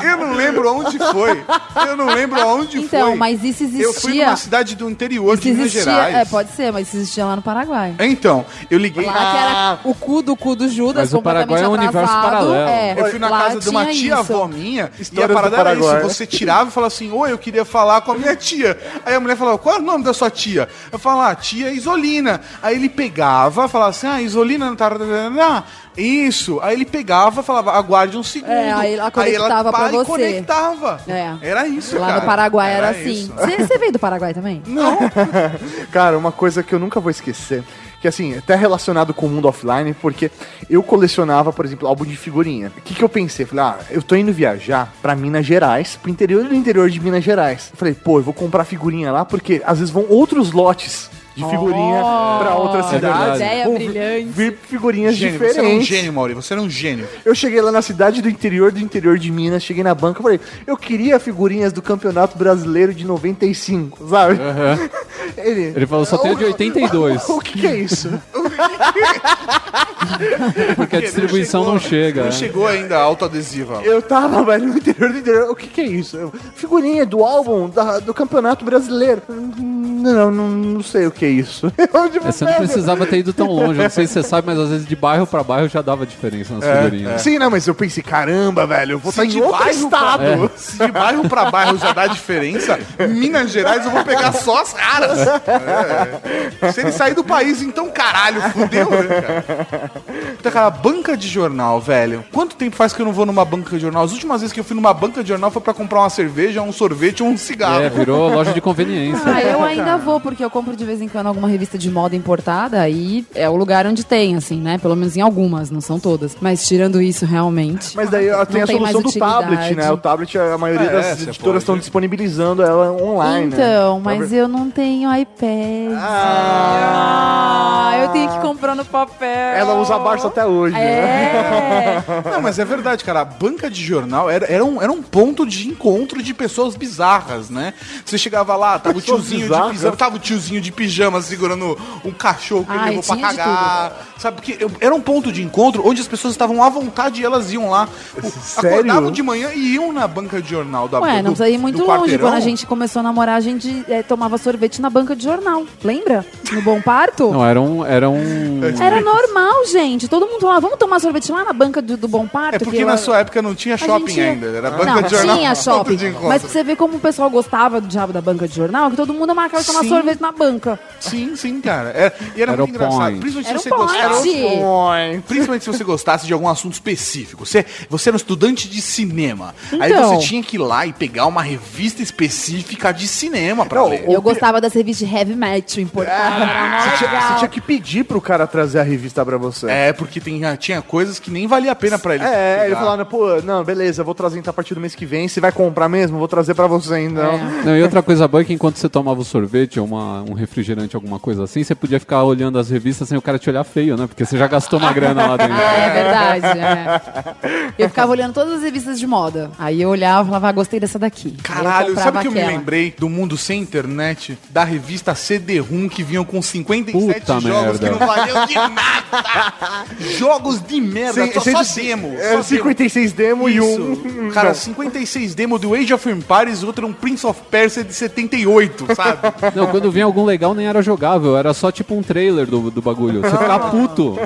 [SPEAKER 1] Eu não lembro onde foi. Eu não lembro aonde foi.
[SPEAKER 4] Então, mas isso
[SPEAKER 1] Eu fui numa
[SPEAKER 4] existia.
[SPEAKER 1] cidade do interior
[SPEAKER 4] Isso
[SPEAKER 1] de Minas
[SPEAKER 4] existia.
[SPEAKER 1] Gerais.
[SPEAKER 4] É, pode ser, mas isso existia lá no Paraguai.
[SPEAKER 1] Então, eu liguei.
[SPEAKER 4] Lá que
[SPEAKER 1] Ah.
[SPEAKER 4] era o cu do cu do Judas,
[SPEAKER 3] Mas o Paraguai é um
[SPEAKER 4] completamente
[SPEAKER 3] universo
[SPEAKER 4] atrasado.
[SPEAKER 3] paralelo.
[SPEAKER 4] É,
[SPEAKER 1] Eu fui na
[SPEAKER 4] lá
[SPEAKER 1] casa de uma
[SPEAKER 4] tinha
[SPEAKER 1] tia
[SPEAKER 4] isso.
[SPEAKER 1] avó minha
[SPEAKER 2] Histórias
[SPEAKER 1] e a parada
[SPEAKER 2] do
[SPEAKER 1] era
[SPEAKER 2] Paraguai.
[SPEAKER 1] isso. Você tirava e falava assim, oi, eu queria falar com a minha tia. Aí a mulher falava, qual é o nome da sua tia? Eu falava, ah, tia Isolina. Aí ele pegava, falava assim, ah, Isolina não tá. Isso. Aí ele pegava, falava, aguarde um segundo.
[SPEAKER 4] É, aí ela conectava pra
[SPEAKER 1] pá, e
[SPEAKER 4] você.
[SPEAKER 1] conectava.
[SPEAKER 4] É.
[SPEAKER 1] Era isso,
[SPEAKER 4] Lá
[SPEAKER 1] cara.
[SPEAKER 4] no Paraguai era,
[SPEAKER 1] isso.
[SPEAKER 4] assim. Você você veio do Paraguai também?
[SPEAKER 1] Não,
[SPEAKER 2] <laughs> Cara, uma coisa que eu nunca vou esquecer, que assim, até relacionado com o mundo offline, porque eu colecionava, por exemplo, álbum de figurinha. O que, que eu pensei? Falei, ah, eu tô indo viajar pra Minas Gerais, pro interior do interior de Minas Gerais. Falei, pô, eu vou comprar figurinha lá, porque às vezes vão outros lotes de figurinha pra outras
[SPEAKER 3] É verdade.
[SPEAKER 2] cidades.
[SPEAKER 4] Ideia
[SPEAKER 2] Vão vi-
[SPEAKER 4] brilhante.
[SPEAKER 2] Vir
[SPEAKER 4] É
[SPEAKER 1] Oh.
[SPEAKER 2] figurinhas
[SPEAKER 1] gênio, você era um
[SPEAKER 2] diferentes.
[SPEAKER 1] gênio, Mauri. Você era um gênio.
[SPEAKER 2] Eu cheguei lá na cidade do interior do interior de Minas, cheguei na banca e falei, eu queria figurinhas do Campeonato Brasileiro de 95, sabe? <laughs>
[SPEAKER 3] Ele falou, só tem a de 82,
[SPEAKER 2] O que, que é isso?
[SPEAKER 3] porque a distribuição não chega.
[SPEAKER 1] Não
[SPEAKER 3] né?
[SPEAKER 1] chegou ainda a autoadesiva.
[SPEAKER 2] Eu tava, velho, no interior do interior. O que, que é isso? Eu, figurinha do álbum da- do Campeonato Brasileiro. Hum, Não, não, não sei o que é isso. <laughs> Eu, tipo,
[SPEAKER 3] É, Você não
[SPEAKER 2] velho,
[SPEAKER 3] precisava ter ido tão longe. Eu não sei se você sabe, mas às vezes de bairro pra bairro já dava diferença nas figurinhas.
[SPEAKER 2] Sim, não, mas eu pensei, caramba, velho, eu vou
[SPEAKER 1] Se
[SPEAKER 2] estar em
[SPEAKER 1] de
[SPEAKER 2] outro
[SPEAKER 1] bairro pra-
[SPEAKER 2] estado.
[SPEAKER 1] É. Se de bairro pra bairro já dá diferença, Minas Gerais eu vou pegar só as caras. É. Se ele sair do país, então caralho, fudeu. né, cara? Puta, cara, banca de jornal, velho. Quanto tempo faz que eu não vou numa banca de jornal? As últimas vezes que eu fui numa banca de jornal foi pra comprar uma cerveja, um sorvete ou um cigarro.
[SPEAKER 3] É, virou loja de conveniência.
[SPEAKER 4] Ah, eu ainda vou, porque eu compro de vez em quando alguma revista de moda importada e é o lugar onde tem, assim, né? Pelo menos em algumas, não são todas. Mas tirando isso, realmente.
[SPEAKER 2] Mas daí ó, tem
[SPEAKER 4] Não
[SPEAKER 2] a
[SPEAKER 4] tem
[SPEAKER 2] solução do
[SPEAKER 4] mais
[SPEAKER 2] tablet, né?
[SPEAKER 4] utilidade.
[SPEAKER 2] O tablet, a maioria
[SPEAKER 1] É,
[SPEAKER 2] das
[SPEAKER 1] você
[SPEAKER 2] editoras
[SPEAKER 1] pode.
[SPEAKER 2] estão disponibilizando ela online. né?
[SPEAKER 4] Então,
[SPEAKER 2] Tá
[SPEAKER 4] mas
[SPEAKER 2] ver-
[SPEAKER 4] eu não tenho iPad.
[SPEAKER 2] Ah.
[SPEAKER 4] Ah, eu tenho que comprar no papel.
[SPEAKER 2] Ela usa a Barça até hoje, né?
[SPEAKER 1] <laughs>
[SPEAKER 4] É.
[SPEAKER 1] Não, mas é verdade, cara. A banca de jornal era, era, um, era um ponto de encontro de pessoas bizarras, né? Você chegava lá, tava o
[SPEAKER 2] Pessoas
[SPEAKER 1] tiozinho
[SPEAKER 2] bizarras?
[SPEAKER 1] de pijama, tava o tiozinho de pijama segurando um cachorro que ele
[SPEAKER 4] Ai,
[SPEAKER 1] levou pra
[SPEAKER 4] tinha de
[SPEAKER 1] cagar. Sabe, porque eu- era um ponto de encontro onde as pessoas estavam à vontade e elas iam lá. Pô,
[SPEAKER 2] Sério?
[SPEAKER 1] Acordavam de manhã e iam na banca de jornal da do-
[SPEAKER 4] Ué, não precisa ir
[SPEAKER 1] do
[SPEAKER 4] muito longe.
[SPEAKER 1] quarteirão.
[SPEAKER 4] Quando a gente começou a namorar, a gente eh, tomava sorvete na banca de jornal. Lembra? No Bom Parto?
[SPEAKER 3] Não, era um. Era um...
[SPEAKER 4] Era normal, gente. Todo mundo lá, vamos tomar sorvete lá na banca do, do Bom Parto?
[SPEAKER 1] É porque
[SPEAKER 4] que
[SPEAKER 1] na
[SPEAKER 4] lá-
[SPEAKER 1] sua época não tinha
[SPEAKER 4] a
[SPEAKER 1] shopping
[SPEAKER 4] gente ia-
[SPEAKER 1] ainda. Era banca
[SPEAKER 4] Não,
[SPEAKER 1] de jornal.
[SPEAKER 4] tinha
[SPEAKER 1] ponto
[SPEAKER 4] shopping.
[SPEAKER 1] de encontro.
[SPEAKER 4] Mas pra você ver como o pessoal gostava do diabo da banca de jornal, é que todo mundo marcava tomar
[SPEAKER 1] Sim.
[SPEAKER 4] sorvete na banca.
[SPEAKER 1] Sim, sim, cara. Era, e era,
[SPEAKER 3] Era
[SPEAKER 1] muito
[SPEAKER 3] o
[SPEAKER 1] engraçado.
[SPEAKER 3] point.
[SPEAKER 1] Principalmente
[SPEAKER 4] Era
[SPEAKER 1] se
[SPEAKER 4] um
[SPEAKER 1] você gostava.
[SPEAKER 4] point.
[SPEAKER 2] Oi.
[SPEAKER 1] Principalmente se você gostasse de algum assunto específico. Você, você era um estudante de cinema. Aí
[SPEAKER 4] Então.
[SPEAKER 1] você tinha que ir lá e pegar uma revista específica de cinema pra
[SPEAKER 2] Não,
[SPEAKER 1] ler.
[SPEAKER 2] o-
[SPEAKER 4] Eu gostava das revistas de heavy metal
[SPEAKER 1] Ah,
[SPEAKER 4] importada. era mó
[SPEAKER 2] Você tinha, você
[SPEAKER 4] É legal.
[SPEAKER 2] tinha que pedir pro cara trazer a revista pra você.
[SPEAKER 1] É, porque tem, tinha coisas que nem valia a pena pra ele.
[SPEAKER 2] É,
[SPEAKER 1] pegar.
[SPEAKER 2] ele falando, pô, não, beleza, vou trazer então a partir do mês que vem. Você vai comprar mesmo? Vou trazer pra você então.
[SPEAKER 3] Não, e outra coisa boa é que enquanto você tomava o sorvete ou uma- um refrigerante, alguma coisa assim, você podia ficar olhando as revistas sem o cara te olhar feio, né? Porque você já gastou uma grana lá dentro.
[SPEAKER 4] Ah, é verdade.
[SPEAKER 1] <laughs>
[SPEAKER 4] é. Eu ficava olhando todas as revistas de moda. Aí eu olhava e falava, ah, gostei dessa daqui. Aí eu
[SPEAKER 1] Caralho, sabe
[SPEAKER 4] comprava
[SPEAKER 1] o que eu me
[SPEAKER 4] aquela.
[SPEAKER 1] lembrei do mundo sem internet? Da revista CD-ROM que vinham com 57
[SPEAKER 3] Puta
[SPEAKER 1] jogos
[SPEAKER 2] <laughs>
[SPEAKER 3] merda.
[SPEAKER 1] que não valiam de nada. jogos de merda,
[SPEAKER 2] Sem-
[SPEAKER 1] só,
[SPEAKER 2] sem
[SPEAKER 1] só
[SPEAKER 2] de-
[SPEAKER 1] demo. demo.
[SPEAKER 2] É, 56 demo e um.
[SPEAKER 1] Cara,
[SPEAKER 2] Não.
[SPEAKER 1] 56 demo do Age of Empires, outro é um Prince of Persia de 78,
[SPEAKER 2] <laughs>
[SPEAKER 1] sabe?
[SPEAKER 3] Não, quando vinha algum legal nem era jogável, era só tipo um trailer do, do bagulho. Você ficava puto.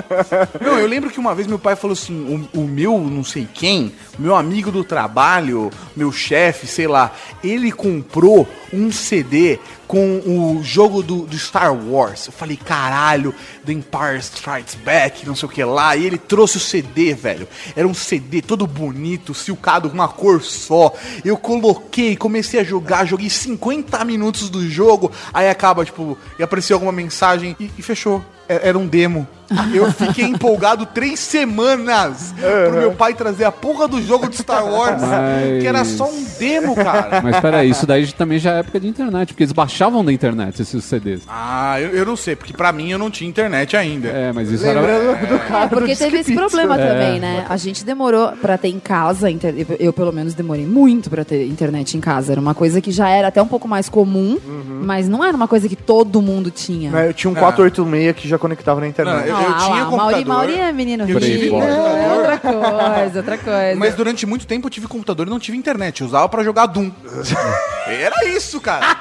[SPEAKER 1] Não, eu lembro que uma vez meu pai falou assim: o, o meu não sei quem, meu amigo do trabalho, meu chefe, sei lá, ele comprou um CD com o jogo do, do Star Wars. Eu falei, caralho, The Empire Strikes Back, não sei o que lá. E ele trouxe o CD, velho. Era um CD todo bonito, silcado, com uma cor só. Eu coloquei, comecei a jogar, joguei 50 minutos do jogo. Aí acaba, tipo, e apareceu alguma mensagem e- e fechou. É- Era um demo. Eu fiquei empolgado três semanas pro meu pai trazer a porra do jogo de Star Wars,
[SPEAKER 3] Mas-
[SPEAKER 1] que era só um demo, cara.
[SPEAKER 3] Mas peraí, isso daí também já é época de internet, porque eles baixavam da internet esses CDs.
[SPEAKER 1] <laughs> Ah, eu, eu não sei, porque pra mim eu não tinha internet ainda.
[SPEAKER 3] É, mas isso era.
[SPEAKER 2] <laughs> Lembrando do cara
[SPEAKER 4] É, porque
[SPEAKER 2] do
[SPEAKER 4] teve esse
[SPEAKER 2] Skip
[SPEAKER 4] problema
[SPEAKER 2] Pizza.
[SPEAKER 1] É.
[SPEAKER 4] também, né? A gente demorou pra ter em casa, inter- eu- eu pelo menos demorei muito pra ter internet em casa. Era uma coisa que já era até um pouco mais comum,
[SPEAKER 1] Uhum.
[SPEAKER 4] mas não era uma coisa que todo mundo tinha.
[SPEAKER 2] Né, Eu tinha um 486 que já conectava na internet.
[SPEAKER 1] É. Não, eu-
[SPEAKER 4] Ah, lá,
[SPEAKER 1] tinha
[SPEAKER 4] lá, Mauri,
[SPEAKER 1] computador.
[SPEAKER 4] Mauri é menino
[SPEAKER 1] Eu tive
[SPEAKER 4] rico.
[SPEAKER 1] computador.
[SPEAKER 4] É outra coisa, outra coisa.
[SPEAKER 1] Mas durante muito tempo eu tive computador e não tive internet. Eu usava pra jogar Doom. <laughs> Era isso, cara.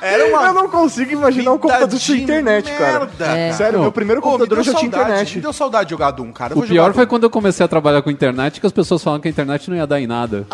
[SPEAKER 1] Era uma.
[SPEAKER 2] Eu não consigo imaginar um computador sem internet,
[SPEAKER 1] merda,
[SPEAKER 2] cara.
[SPEAKER 4] É.
[SPEAKER 1] cara.
[SPEAKER 2] Sério,
[SPEAKER 3] Não.
[SPEAKER 2] meu primeiro
[SPEAKER 1] Ô, me
[SPEAKER 2] computador
[SPEAKER 1] deu
[SPEAKER 2] já tinha
[SPEAKER 1] saudade,
[SPEAKER 2] internet.
[SPEAKER 1] Me deu saudade de jogar Doom, cara. Eu
[SPEAKER 3] O
[SPEAKER 1] vou
[SPEAKER 3] pior
[SPEAKER 1] jogar
[SPEAKER 3] foi quando eu comecei a trabalhar com internet, que as pessoas falavam que a internet não ia dar em nada.
[SPEAKER 2] <laughs>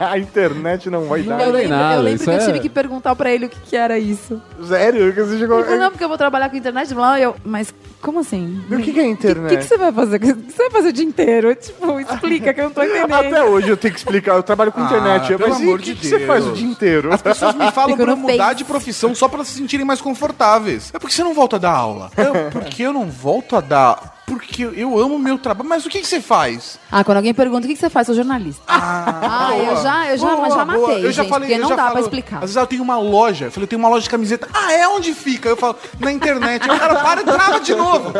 [SPEAKER 2] a internet não vai
[SPEAKER 3] Não
[SPEAKER 4] Eu
[SPEAKER 2] dar.
[SPEAKER 3] tem
[SPEAKER 4] lembro,
[SPEAKER 3] nada,
[SPEAKER 4] eu lembro
[SPEAKER 3] isso
[SPEAKER 4] que eu
[SPEAKER 3] é-
[SPEAKER 4] tive que perguntar pra ele o que, que era isso.
[SPEAKER 2] Então, Sério, que você chegou.
[SPEAKER 4] Ele falou, não, porque eu vou trabalhar com internet. blá, Eu, mas como assim?
[SPEAKER 2] O que, que é
[SPEAKER 4] O que, que
[SPEAKER 2] internet?
[SPEAKER 4] você vai fazer? O que que você vai fazer o dia inteiro? Tipo, explica que eu não tô entendendo.
[SPEAKER 2] Até hoje eu tenho que explicar, eu trabalho com
[SPEAKER 1] Ah,
[SPEAKER 2] internet. Eu,
[SPEAKER 1] pelo
[SPEAKER 2] mas e
[SPEAKER 1] amor
[SPEAKER 2] o
[SPEAKER 1] de
[SPEAKER 2] que, que você
[SPEAKER 1] Deus.
[SPEAKER 2] faz o dia inteiro?
[SPEAKER 1] As pessoas
[SPEAKER 3] <laughs>
[SPEAKER 1] me falam
[SPEAKER 4] Fica
[SPEAKER 1] pra eu
[SPEAKER 4] no
[SPEAKER 1] mudar
[SPEAKER 4] Face.
[SPEAKER 1] de profissão só pra se sentirem mais confortáveis. É porque você não volta a dar
[SPEAKER 2] <laughs>
[SPEAKER 1] aula. Eu, porque eu não volto a dar. Porque eu amo meu trabalho. Mas o que, que você faz?
[SPEAKER 4] Ah, quando alguém pergunta o que, que você faz, sou jornalista. Ah,
[SPEAKER 1] boa.
[SPEAKER 4] eu já, eu já,
[SPEAKER 1] Boa,
[SPEAKER 4] mas já
[SPEAKER 1] boa.
[SPEAKER 4] matei, gente, porque não dá pra explicar.
[SPEAKER 1] Às vezes eu tenho uma loja, eu falei, eu tenho uma loja de camiseta. Ah, é onde fica? Eu falo, na internet. Aí o cara para e trava de novo.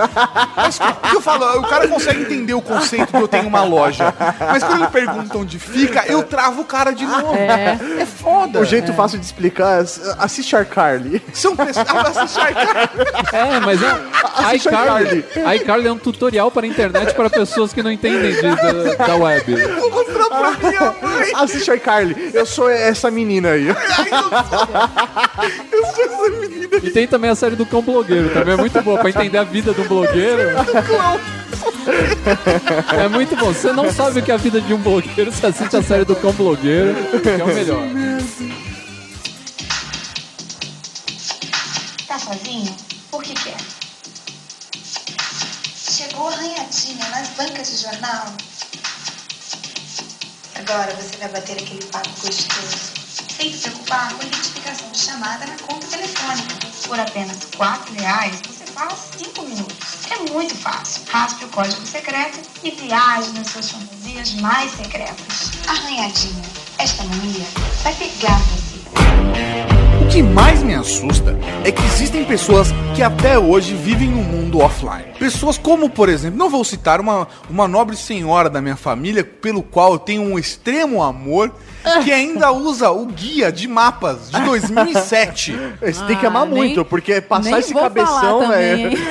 [SPEAKER 1] Mas o que eu falo, o cara consegue entender o conceito que eu tenho uma loja. Mas quando ele pergunta onde fica, eu travo o cara de novo. É, foda.
[SPEAKER 2] O jeito fácil de explicar é assiste
[SPEAKER 1] <laughs>
[SPEAKER 2] a Carly.
[SPEAKER 1] São pessoas... Ah, mas esse cara-
[SPEAKER 3] É, mas é.
[SPEAKER 2] Assiste
[SPEAKER 3] iCarly. iCarly é um tutorial para a internet para pessoas que não entendem de- da- da web.
[SPEAKER 1] Vou comprar pra minha mãe.
[SPEAKER 2] Assiste a Carly. Eu sou essa menina aí.
[SPEAKER 1] Eu sou essa menina.
[SPEAKER 3] E tem também a série do Cão Blogueiro, também é muito boa, pra entender a vida do blogueiro. É muito bom. Você não sabe o que é a vida de um blogueiro, você assiste a série do Cão Blogueiro, que é o melhor.
[SPEAKER 12] Tá sozinho? Por que quer? Chegou arranhadinha nas bancas de jornal. Agora você vai bater aquele papo gostoso. Sem se preocupar com a identificação de chamada na conta telefônica. Por apenas R$ 4 reais, você faz 5 minutos. É muito fácil. Raspe o código secreto e viaje nas suas fantasias mais secretas. Arranhadinha, esta mania vai pegar você.
[SPEAKER 1] O que mais me assusta é que existem pessoas que até hoje vivem no mundo offline. Pessoas como, por exemplo, não vou citar uma, uma nobre senhora da minha família, pelo qual eu tenho um extremo amor, que ainda usa o guia de mapas de 2007.
[SPEAKER 2] Você tem que
[SPEAKER 4] Ah,
[SPEAKER 2] amar
[SPEAKER 4] nem-
[SPEAKER 2] muito, porque é passar
[SPEAKER 4] Nem
[SPEAKER 2] esse
[SPEAKER 4] vou falar
[SPEAKER 1] é
[SPEAKER 2] cabeção, é."
[SPEAKER 4] também,
[SPEAKER 2] velho.
[SPEAKER 4] hein?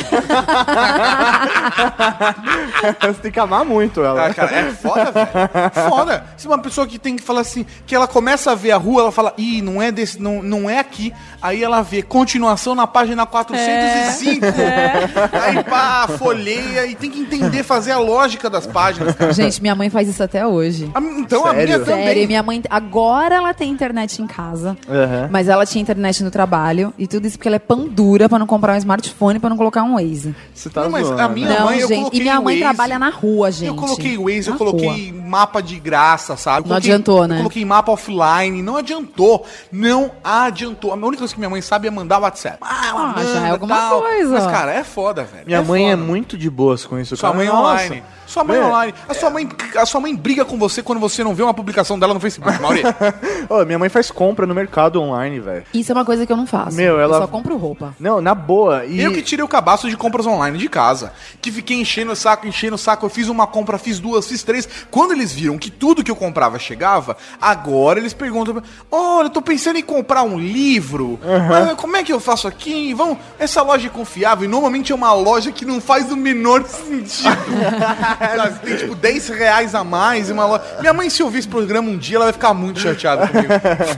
[SPEAKER 2] <laughs> Você tem que amar muito ela.
[SPEAKER 1] Ah, cara, é foda, velho. Foda. Se uma pessoa que tem que falar assim, que ela começa a ver a rua, ela fala, ih, não é desse, não, não é aqui. Aí ela vê continuação na página 405.
[SPEAKER 4] É,
[SPEAKER 1] Aí pá, folheia e tem que entender, fazer a lógica das páginas, cara.
[SPEAKER 4] Gente, minha mãe faz isso até hoje.
[SPEAKER 1] A- Então a
[SPEAKER 2] Sério?
[SPEAKER 1] minha também.
[SPEAKER 4] Sério, minha mãe. Agora ela tem internet em casa.
[SPEAKER 2] Aham.
[SPEAKER 4] Mas ela tinha internet no trabalho e tudo isso porque ela é pão dura pra não comprar um smartphone, pra não colocar um Waze.
[SPEAKER 2] Você tá
[SPEAKER 1] Não, mas
[SPEAKER 2] zoando.
[SPEAKER 1] a minha-
[SPEAKER 4] não,
[SPEAKER 1] mãe, eu
[SPEAKER 4] gente. E
[SPEAKER 1] coloquei
[SPEAKER 2] um
[SPEAKER 4] minha mãe
[SPEAKER 1] Waze.
[SPEAKER 4] trabalha na rua, gente.
[SPEAKER 1] Eu coloquei Waze, eu
[SPEAKER 4] Na rua.
[SPEAKER 1] coloquei mapa de graça, sabe? Eu
[SPEAKER 4] Não
[SPEAKER 1] coloquei-
[SPEAKER 4] adiantou, né?
[SPEAKER 1] Eu coloquei mapa offline, não adiantou. Não adiantou. A única coisa que minha mãe sabe é mandar WhatsApp. Ah, ela
[SPEAKER 4] Ah, já é
[SPEAKER 1] manda,
[SPEAKER 4] alguma
[SPEAKER 1] tal.
[SPEAKER 4] coisa.
[SPEAKER 1] Mas, cara, é foda, velho.
[SPEAKER 2] Minha mãe é
[SPEAKER 1] foda.
[SPEAKER 2] muito de boas com isso.
[SPEAKER 1] Sua
[SPEAKER 2] cara.
[SPEAKER 1] mãe é
[SPEAKER 2] Nossa.
[SPEAKER 1] online. Sua mãe é
[SPEAKER 2] É.
[SPEAKER 1] online. A sua mãe, a sua mãe briga com você quando você não vê uma publicação dela no Facebook, Mauri.
[SPEAKER 2] <laughs> Ô, minha mãe faz compra no mercado online, velho.
[SPEAKER 4] Isso é uma coisa que eu não faço.
[SPEAKER 2] Meu, ela-
[SPEAKER 4] Eu só compro roupa.
[SPEAKER 2] Não, na boa. <laughs> E...
[SPEAKER 1] Eu que tirei o cabaço de compras online de casa. Que fiquei enchendo o saco, enchendo o saco. Eu fiz uma compra, fiz duas, fiz três. Quando eles viram que tudo que eu comprava chegava, agora eles perguntam: pra- Olha, eu tô pensando em comprar um livro. mas como é que eu faço aqui? Vamos, essa loja é confiável e normalmente é uma loja que não faz o menor sentido. Sabe, Tem tipo 10 reais a mais e uma loja. Minha mãe, se ouvir esse programa um dia, ela vai ficar muito chateada comigo.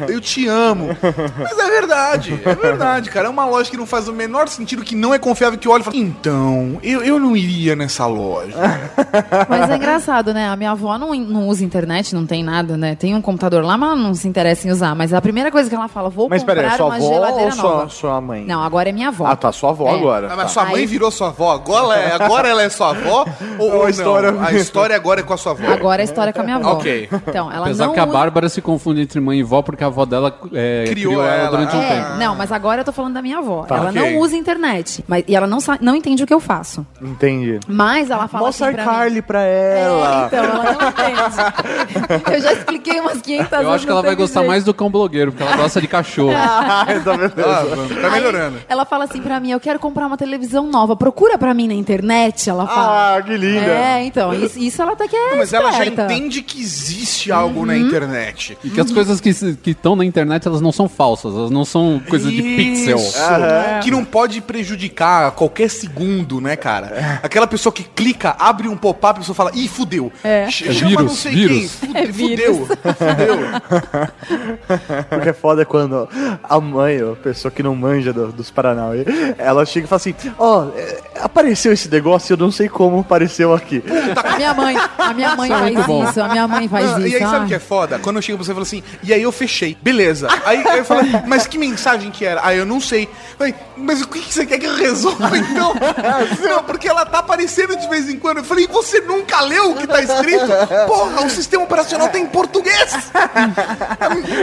[SPEAKER 1] Eu te amo. Mas é verdade, é verdade, cara. É uma loja que não faz o menor sentido, que não é confiável, que olha e fala: Então, eu, eu não iria nessa loja.
[SPEAKER 2] <laughs>
[SPEAKER 4] Mas é engraçado, né? A minha avó não, não usa internet, não tem nada, né? Tem um computador lá, mas ela não se interessa em usar. Mas a primeira coisa que ela fala, vou
[SPEAKER 2] Mas
[SPEAKER 4] comprar
[SPEAKER 2] peraí, é sua
[SPEAKER 4] uma
[SPEAKER 2] avó
[SPEAKER 4] geladeira
[SPEAKER 2] ou
[SPEAKER 4] nova.
[SPEAKER 2] sua, sua mãe?
[SPEAKER 4] Não, agora é minha avó.
[SPEAKER 2] Ah, tá, sua avó
[SPEAKER 4] É.
[SPEAKER 2] agora.
[SPEAKER 1] Ah, mas
[SPEAKER 2] Tá.
[SPEAKER 1] sua mãe
[SPEAKER 4] Aí-
[SPEAKER 1] virou sua avó, agora, é, agora ela é sua avó? Ou,
[SPEAKER 2] É uma
[SPEAKER 1] ou não?
[SPEAKER 2] história-
[SPEAKER 1] A história agora é com a sua avó.
[SPEAKER 4] Agora a história é com a minha avó.
[SPEAKER 1] Ok.
[SPEAKER 4] Então, ela
[SPEAKER 3] Apesar
[SPEAKER 4] não
[SPEAKER 3] que a
[SPEAKER 4] usa-
[SPEAKER 3] Bárbara se confunde entre mãe e vó porque a avó dela é,
[SPEAKER 1] Criou
[SPEAKER 3] criou, ela,
[SPEAKER 1] ela.
[SPEAKER 3] durante um
[SPEAKER 4] É,
[SPEAKER 3] tempo.
[SPEAKER 4] não, mas agora eu tô falando da minha avó.
[SPEAKER 1] Tá,
[SPEAKER 4] ela
[SPEAKER 1] ok.
[SPEAKER 4] não usa internet. Mas, e ela não, sa- não entende o que eu faço.
[SPEAKER 2] Entendi.
[SPEAKER 4] Mas ela fala
[SPEAKER 2] Mostra
[SPEAKER 4] assim pra mim-
[SPEAKER 2] Carly pra ela. <laughs>
[SPEAKER 4] Então, ela não
[SPEAKER 3] <laughs>
[SPEAKER 4] entende. Eu já expliquei umas 500 vezes.
[SPEAKER 3] Eu acho que
[SPEAKER 4] não
[SPEAKER 3] ela vai
[SPEAKER 4] teve
[SPEAKER 3] gostar
[SPEAKER 4] jeito.
[SPEAKER 3] mais do cão blogueiro, porque ela gosta de cachorro.
[SPEAKER 2] tá beleza.
[SPEAKER 1] Tá melhorando.
[SPEAKER 4] Ela fala assim pra mim, eu quero comprar uma televisão nova, procura pra mim na internet, ela fala.
[SPEAKER 2] Ah, que linda.
[SPEAKER 4] é, então, isso, isso ela tá que é
[SPEAKER 1] Não, mas ela já
[SPEAKER 4] esperta.
[SPEAKER 1] entende que existe algo na internet.
[SPEAKER 3] E que as coisas que estão na internet, elas não são falsas, elas não são coisa de pixel.
[SPEAKER 1] Isso. É. Que não pode prejudicar a qualquer segundo, né, cara? Aquela pessoa que clica, abre um pop-up, a pessoa fala, ih, fudeu. É.
[SPEAKER 3] É
[SPEAKER 1] Chama não
[SPEAKER 3] vírus,
[SPEAKER 1] sei
[SPEAKER 3] vírus.
[SPEAKER 1] quem.
[SPEAKER 4] É
[SPEAKER 1] Fude- Fudeu. Fudeu.
[SPEAKER 2] O que é foda é quando a mãe, a pessoa que não manja do- dos Paranauê, ela chega e fala assim: Ó, é, apareceu esse negócio, eu não sei como apareceu aqui.
[SPEAKER 4] A minha mãe, a minha mãe
[SPEAKER 3] é muito
[SPEAKER 4] faz
[SPEAKER 3] bom.
[SPEAKER 4] isso, a minha mãe faz
[SPEAKER 1] Não,
[SPEAKER 4] isso. Ah.
[SPEAKER 1] E aí, sabe o que é foda? Quando eu chego pra você e falo assim, e aí eu fechei. Beleza. Aí eu falo, mas que mensagem que era? Aí eu não sei. Falei, mas o que que você quer que eu resolva então? <laughs> não, porque ela tá aparecendo de vez em quando. Eu falei, você nunca leu o que tá escrito? Porra, o sistema operacional tá em português! <laughs>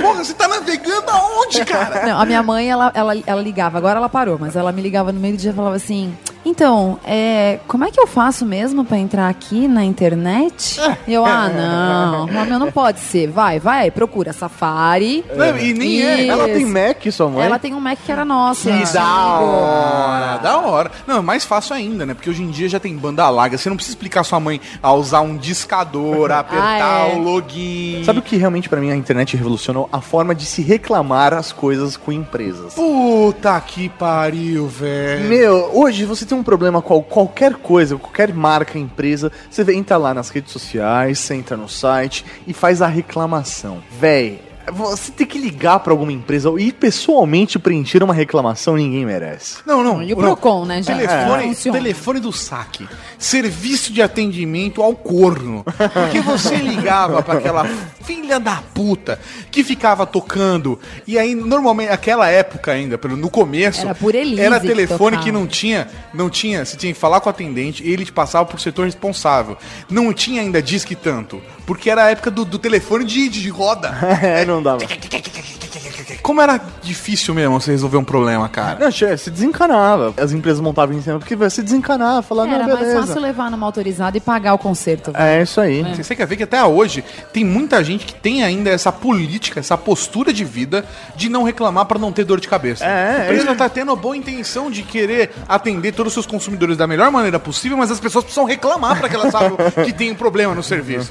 [SPEAKER 1] Porra, você tá navegando aonde, cara?
[SPEAKER 4] Não, a minha mãe, ela, ela, ela ligava, agora ela parou, mas ela me ligava no meio do dia e falava assim: Então, é, como é que eu faço mesmo pra entrar aqui na internet? E eu,
[SPEAKER 1] <laughs>
[SPEAKER 4] ah, não, meu, não pode ser. Vai, vai, procura Safari.
[SPEAKER 1] Não, e nem é.
[SPEAKER 2] Ela tem
[SPEAKER 4] Isso.
[SPEAKER 2] Mac, sua mãe?
[SPEAKER 4] Ela tem um Mac que era nosso.
[SPEAKER 2] Que da
[SPEAKER 1] Ah, da é? hora. Não, é mais fácil ainda, né? Porque hoje em dia já tem banda larga. Você não precisa explicar sua mãe a usar um discador, a apertar
[SPEAKER 4] Ah, é.
[SPEAKER 1] o login.
[SPEAKER 2] Sabe o que realmente pra mim a internet revolucionou? A forma de se reclamar as coisas com empresas.
[SPEAKER 1] Puta que pariu, velho.
[SPEAKER 2] Meu, hoje você tem um problema com qualquer coisa, qualquer marca, empresa, você vê- entra lá nas redes sociais, você entra no site e faz a reclamação. Véi, você tem que ligar pra alguma empresa e pessoalmente preencher uma reclamação, ninguém merece. <laughs>
[SPEAKER 1] Não, não.
[SPEAKER 4] E o
[SPEAKER 1] não.
[SPEAKER 4] Procon, né, gente?
[SPEAKER 1] Telefone,
[SPEAKER 4] Não funciona.
[SPEAKER 1] telefone do saque. Serviço de atendimento ao corno. Porque
[SPEAKER 4] <laughs>
[SPEAKER 1] você ligava pra aquela filha da puta que ficava tocando. E aí, normalmente, naquela época ainda, pelo- no começo.
[SPEAKER 4] Era por Elise
[SPEAKER 1] Era
[SPEAKER 4] que
[SPEAKER 1] telefone que,
[SPEAKER 4] tocava.
[SPEAKER 1] não tinha. Não tinha. Você tinha que falar com o atendente e ele te passava pro setor responsável. Não tinha ainda disque tanto. Porque era a época do, do telefone de, de roda.
[SPEAKER 2] É, não dava.
[SPEAKER 1] Como era difícil mesmo você resolver um problema, cara.
[SPEAKER 2] Não, che- se desencanava. As empresas montavam em cima, porque véi, se desencanava, falava,
[SPEAKER 4] Era
[SPEAKER 2] não,
[SPEAKER 4] mais
[SPEAKER 2] beleza.
[SPEAKER 4] fácil levar numa autorizada e pagar o conserto.
[SPEAKER 2] É isso aí.
[SPEAKER 1] Você- Você quer ver que até hoje tem muita gente que tem ainda essa política, essa postura de vida de não reclamar pra não ter dor de cabeça.
[SPEAKER 2] É, é.
[SPEAKER 1] a empresa tá tendo a boa intenção de querer atender todos os seus consumidores da melhor maneira possível, mas as pessoas precisam reclamar pra que elas saibam que tem um problema no
[SPEAKER 2] <laughs>
[SPEAKER 1] serviço.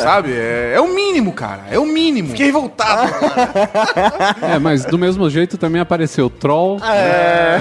[SPEAKER 1] Sabe? É, é o mínimo, cara. É o mínimo. Fiquei revoltado.
[SPEAKER 3] É, mas do mesmo jeito também apareceu troll,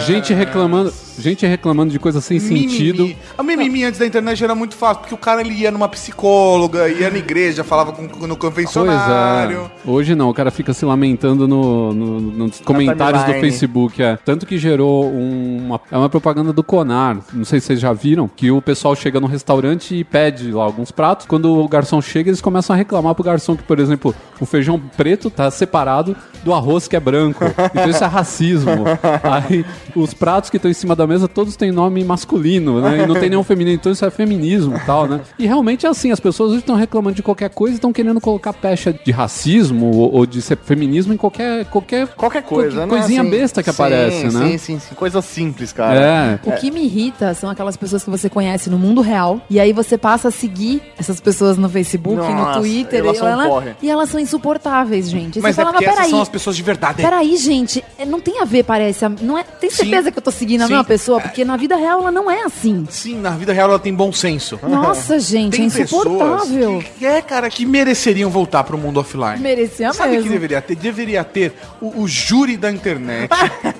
[SPEAKER 3] gente reclamando, gente reclamando de coisa sem sentido.
[SPEAKER 1] Mimimi. A mimimi antes da internet era muito fácil, porque o cara ele ia numa psicóloga, ia na igreja, falava com, no convencionário.
[SPEAKER 3] Coisa. é. Hoje não, o cara fica se lamentando no, no- nos comentários do
[SPEAKER 2] timeline.
[SPEAKER 3] Facebook. É. Tanto que gerou um- uma, é uma propaganda do Conar. Não sei se vocês já viram, que o pessoal chega no restaurante e pede lá alguns pratos. Quando o garçom chega, eles começam a reclamar pro garçom que, por exemplo, o feijão preto tá separado do arroz que é branco. Então isso é racismo. Aí os pratos que estão em cima da mesa, todos têm nome masculino, né? E não tem nenhum feminino, então isso é feminismo e tal, né? E realmente é assim, as pessoas hoje estão reclamando de qualquer coisa e estão querendo colocar pecha de racismo ou, ou de ser feminismo em qualquer. qualquer,
[SPEAKER 2] Qualquer coisa, né?
[SPEAKER 3] qualquer Coisinha
[SPEAKER 2] Assim,
[SPEAKER 3] besta que
[SPEAKER 2] sim,
[SPEAKER 3] aparece, né?
[SPEAKER 2] Sim, sim, sim. Coisa simples, <laughs> cara.
[SPEAKER 3] É.
[SPEAKER 4] O que me irrita são aquelas pessoas que você conhece no mundo real e aí você passa a seguir essas pessoas no Facebook,
[SPEAKER 2] Nossa,
[SPEAKER 4] no Twitter
[SPEAKER 2] elas
[SPEAKER 4] e,
[SPEAKER 2] são porre.
[SPEAKER 4] e elas são insuportáveis, gente. E
[SPEAKER 1] Mas
[SPEAKER 4] você
[SPEAKER 1] é
[SPEAKER 4] falava,
[SPEAKER 1] porque essas
[SPEAKER 4] peraí,
[SPEAKER 1] são as pessoas de verdade.
[SPEAKER 4] peraí, gente, é, não tem a ver, parece. a- Não é, tem certeza que eu tô seguindo a
[SPEAKER 1] Sim.
[SPEAKER 4] mesma pessoa, porque na vida real ela não é assim.
[SPEAKER 1] Sim, na vida real ela tem bom senso.
[SPEAKER 4] Nossa, gente, é
[SPEAKER 1] Ah, Tem
[SPEAKER 4] insuportável.
[SPEAKER 1] pessoas que, é, cara, que mereceriam voltar pro mundo offline.
[SPEAKER 4] Merecia
[SPEAKER 1] Sabe o que
[SPEAKER 4] mesmo.
[SPEAKER 1] deveria ter? Deveria ter o, o júri da
[SPEAKER 2] <laughs>
[SPEAKER 1] internet.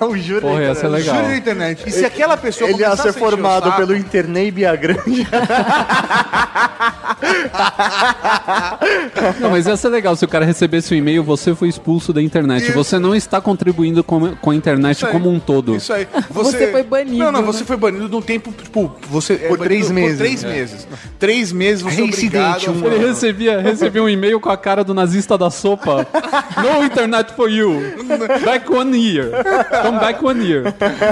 [SPEAKER 2] o júri
[SPEAKER 3] Porra,
[SPEAKER 1] da internet.
[SPEAKER 3] essa é
[SPEAKER 1] O
[SPEAKER 3] legal.
[SPEAKER 1] júri da internet. E se aquela pessoa
[SPEAKER 2] Ele ia
[SPEAKER 1] começasse
[SPEAKER 2] ser
[SPEAKER 1] a encher o
[SPEAKER 2] formado
[SPEAKER 1] saco-
[SPEAKER 2] pelo Internei Bia Grande.
[SPEAKER 3] Não, mas ia ser legal se o cara recebesse um e-mail, você foi expulso da internet. Você não está contribuindo com, com a internet
[SPEAKER 1] aí.
[SPEAKER 3] como um todo.
[SPEAKER 1] Isso
[SPEAKER 3] <laughs>
[SPEAKER 1] aí.
[SPEAKER 4] Você foi banido,
[SPEAKER 1] Não, não,
[SPEAKER 4] né?
[SPEAKER 1] você foi banido num tempo, tipo, você. é
[SPEAKER 2] Por
[SPEAKER 1] banido
[SPEAKER 2] três meses.
[SPEAKER 1] Por três
[SPEAKER 2] É.
[SPEAKER 1] meses. Três meses você é obrigado.
[SPEAKER 2] Reincidente,
[SPEAKER 1] a
[SPEAKER 2] um
[SPEAKER 1] falar-
[SPEAKER 3] Ele recebia, recebia um e-mail com a cara do nazista
[SPEAKER 2] <laughs>
[SPEAKER 3] da sopa. No internet for you. Back one year. Come back one year.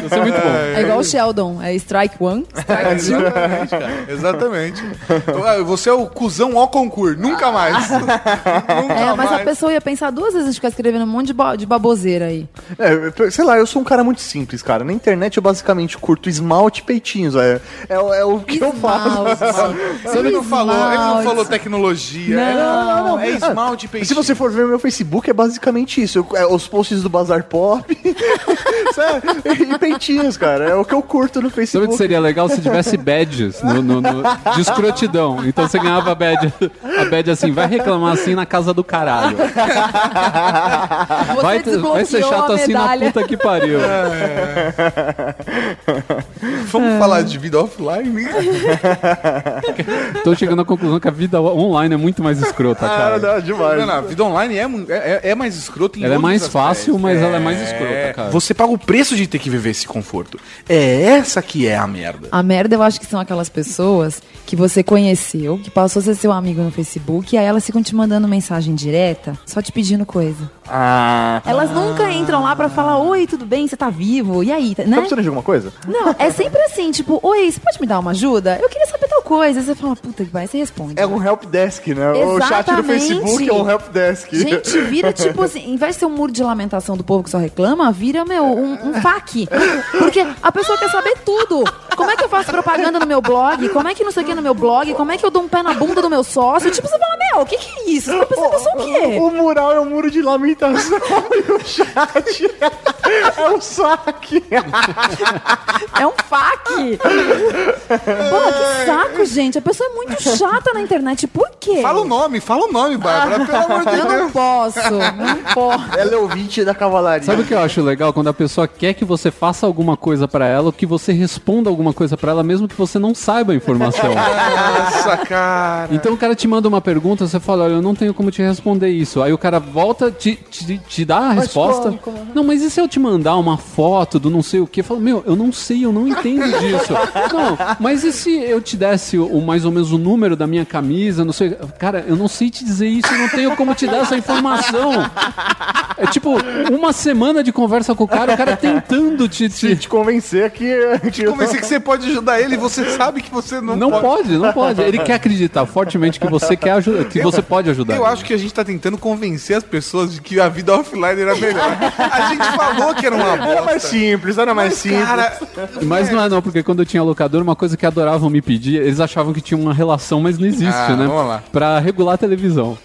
[SPEAKER 3] Isso é muito bom.
[SPEAKER 4] É igual o Sheldon, é Strike
[SPEAKER 1] <laughs>
[SPEAKER 4] One.
[SPEAKER 1] É, exatamente, cara. Exatamente. Então, ah, Você é o cuzão ao concurso. Nunca
[SPEAKER 3] <laughs>
[SPEAKER 1] mais. Nunca
[SPEAKER 4] É, mas
[SPEAKER 1] mais.
[SPEAKER 4] a pessoa ia pensar duas vezes de ficar escrevendo um monte de, ba- de baboseira aí.
[SPEAKER 2] É, sei lá, eu sou um cara muito simples, cara. Na internet eu basicamente curto esmalte e peitinhos. É, é, o- é o que eu faço.
[SPEAKER 1] Ele
[SPEAKER 3] é
[SPEAKER 1] não falou, ele não
[SPEAKER 4] Esmalte.
[SPEAKER 1] falou tecnologia.
[SPEAKER 4] Não,
[SPEAKER 1] ele
[SPEAKER 2] não, não.
[SPEAKER 1] É esmalte peitinho.
[SPEAKER 2] <laughs> Se você for ver meu Facebook, é basicamente isso. Eu- é os posts do Bazar Pop <laughs> sabe? e peitinhos, cara. É o que eu curto no
[SPEAKER 3] Sabe o que
[SPEAKER 2] Facebook.
[SPEAKER 3] seria legal se tivesse badges no, no- no- de escrotidão? Então você ganhava a badge, a badge assim, vai reclamar assim na casa do caralho.
[SPEAKER 4] Você
[SPEAKER 3] Vai,
[SPEAKER 4] desbloqueou
[SPEAKER 3] vai ser chato
[SPEAKER 4] a
[SPEAKER 3] assim na
[SPEAKER 4] medalha.
[SPEAKER 3] puta que
[SPEAKER 4] <laughs>
[SPEAKER 3] pariu.
[SPEAKER 1] Vamos falar de vida offline?
[SPEAKER 2] <laughs> é
[SPEAKER 3] Tô chegando à conclusão que a vida online é muito mais escrota,
[SPEAKER 2] Ah,
[SPEAKER 3] cara.
[SPEAKER 2] não, demais.
[SPEAKER 1] Não, não, a vida online é, mu- é, é- é mais escrota em
[SPEAKER 3] Ela é
[SPEAKER 1] outros
[SPEAKER 3] mais
[SPEAKER 1] aspectos.
[SPEAKER 3] fácil, mas ela é mais escrota, cara.
[SPEAKER 1] Você paga o preço de ter que viver esse conforto. É essa que é a merda.
[SPEAKER 4] A merda eu acho que são aquelas pessoas que você conheceu, que passou a ser seu amigo no Facebook, e aí elas ficam te mandando mensagem direta, só te pedindo coisa.
[SPEAKER 2] Ah,
[SPEAKER 4] Elas nunca entram lá pra falar, oi, tudo bem, você tá vivo, e aí, tá-
[SPEAKER 2] tá
[SPEAKER 4] né?
[SPEAKER 2] precisando de alguma coisa?
[SPEAKER 4] Não, é sempre assim, tipo, oi, você pode me dar uma ajuda? Eu queria saber tal coisa. Aí você fala, puta que pariu, você responde.
[SPEAKER 2] É um helpdesk, né? O chat do
[SPEAKER 4] Exatamente.
[SPEAKER 2] Facebook é um helpdesk. <laughs>
[SPEAKER 4] Gente, vira tipo assim, em vez de ser um muro de lamentação do povo que só reclama, vira, meu, um, um fac. Porque a pessoa quer saber tudo. Como é que eu faço propaganda no meu blog? Como é que não sei o que no meu blog? Como é que eu dou um pé na bunda do meu sócio? Tipo, você fala, meu, o que, que é isso? Você tá pensando que eu sou o quê?
[SPEAKER 2] O mural é um muro de lamentação <laughs> e o chat <laughs> é um saque.
[SPEAKER 4] É um fac. Pô, que saco, gente. A pessoa é muito chata na internet. Por quê?
[SPEAKER 1] Fala o nome, fala o nome,
[SPEAKER 4] <laughs>
[SPEAKER 1] Bárbara, pelo amor de
[SPEAKER 4] Eu
[SPEAKER 1] Deus.
[SPEAKER 4] não posso. eu Não posso.
[SPEAKER 2] Ela é ouvinte da cavalaria.
[SPEAKER 3] Sabe o que eu acho legal? Quando a pessoa quer que você faça alguma coisa pra ela, ou que você responda alguma coisa pra ela, mesmo que você não saiba
[SPEAKER 2] <laughs>
[SPEAKER 3] a informação.
[SPEAKER 1] Nossa, cara.
[SPEAKER 3] Então o cara te manda uma pergunta, você fala, olha, eu não tenho como te responder isso. Aí o cara volta, te, te, te dá a resposta. Não, mas e se eu te mandar uma foto do não sei o quê? Fala, meu, eu não sei, eu não entendo disso. não, mas e se eu te desse o, mais ou menos o número da minha camisa, não sei. Cara, eu não sei te dizer isso, eu não tenho como te dar essa informação. É tipo, uma semana de conversa com o cara, o cara tentando te. tipo,
[SPEAKER 2] Se
[SPEAKER 3] te-
[SPEAKER 2] te convencer que. que
[SPEAKER 1] Convencer que você pode ajudar ele e você sabe que você não,
[SPEAKER 3] Não pode, não pode. Ele quer acreditar fortemente que você quer ajudar, que você pode ajudar.
[SPEAKER 1] Eu acho que a gente tá tentando convencer as pessoas de que a vida offline era melhor. A gente falou que era uma
[SPEAKER 2] Era mais
[SPEAKER 1] bosta.
[SPEAKER 2] simples, era mais simples.
[SPEAKER 1] Cara,
[SPEAKER 3] Mas não é não, porque quando eu tinha locador, uma coisa que adoravam me pedir, eles achavam que tinha uma relação, mas não existe,
[SPEAKER 1] Ah,
[SPEAKER 3] né?
[SPEAKER 1] vamos lá.
[SPEAKER 3] Pra regular a televisão.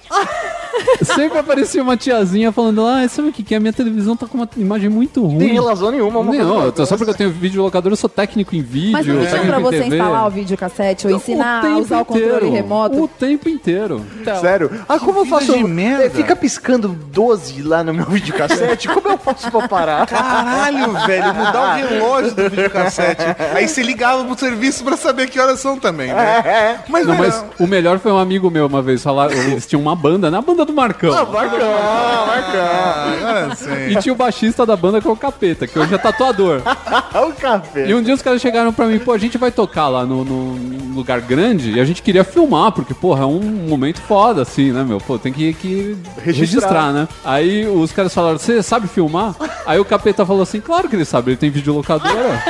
[SPEAKER 3] Sempre aparecia uma tiazinha falando, ah, sabe o que que é? A minha televisão tá com uma imagem muito ruim.
[SPEAKER 2] Tem relação nenhuma, uma
[SPEAKER 3] Não,
[SPEAKER 2] coisa-
[SPEAKER 3] eu tô- só porque eu tenho vídeo locador, eu sou técnico em vídeo,
[SPEAKER 4] Mas não tinha
[SPEAKER 3] técnico
[SPEAKER 4] pra
[SPEAKER 3] em
[SPEAKER 4] você
[SPEAKER 3] TV.
[SPEAKER 4] instalar o videocassete ou ensinar a
[SPEAKER 3] tempo
[SPEAKER 4] usar o controle
[SPEAKER 3] inteiro.
[SPEAKER 4] remoto?
[SPEAKER 3] O tempo inteiro.
[SPEAKER 2] Sério? Ah, como eu
[SPEAKER 1] vida
[SPEAKER 2] faço.
[SPEAKER 1] de merda.
[SPEAKER 2] É, Fica piscando 12 lá no meu videocassete? como eu faço pra parar? <laughs>
[SPEAKER 1] Caralho, velho, mudar o relógio do videocassete. Aí você ligava pro serviço pra saber que horas são também,
[SPEAKER 2] É.
[SPEAKER 1] né? Mas
[SPEAKER 3] Não,
[SPEAKER 1] não,
[SPEAKER 3] mas
[SPEAKER 1] era-
[SPEAKER 3] o melhor foi um amigo meu uma vez falar, eles tinham uma banda, na banda do
[SPEAKER 2] Ah,
[SPEAKER 3] Marcão.
[SPEAKER 2] Marcão, Marcão.
[SPEAKER 1] Ah, agora sim.
[SPEAKER 3] E tinha o baixista da banda que é o Capeta, que hoje é tatuador.
[SPEAKER 2] Olha É o café.
[SPEAKER 3] E um dia os caras chegaram pra mim, pô, a gente vai tocar lá no, no lugar grande e a gente queria filmar, porque, porra, é um momento foda, assim, né, meu? Pô, tem que, que registrar. né? Aí os caras falaram, você sabe filmar? Aí o capeta falou assim, claro que ele sabe, ele tem videolocadora.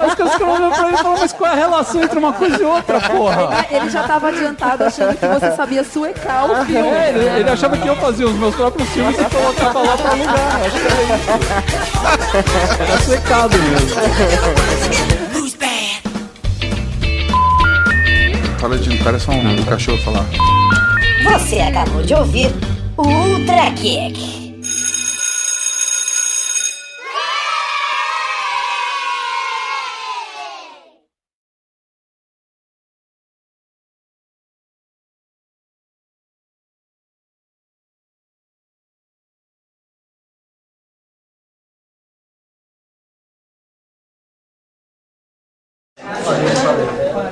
[SPEAKER 3] Aí os caras ficaram olhando pra ele e falaram, mas qual é a relação entre uma coisa e outra, porra?
[SPEAKER 4] Ah, Ele já tava adiantado achando que você sabia suecar o filme.
[SPEAKER 3] É, ele, ele achava que eu fazia os meus próprios filmes e colocava lá pra alugar. né? Acho que era isso. Era secado mesmo.
[SPEAKER 6] Who's bad?
[SPEAKER 13] Fala de cara, é só um cachorro falar.
[SPEAKER 6] Você acabou de ouvir o Ultra Kick.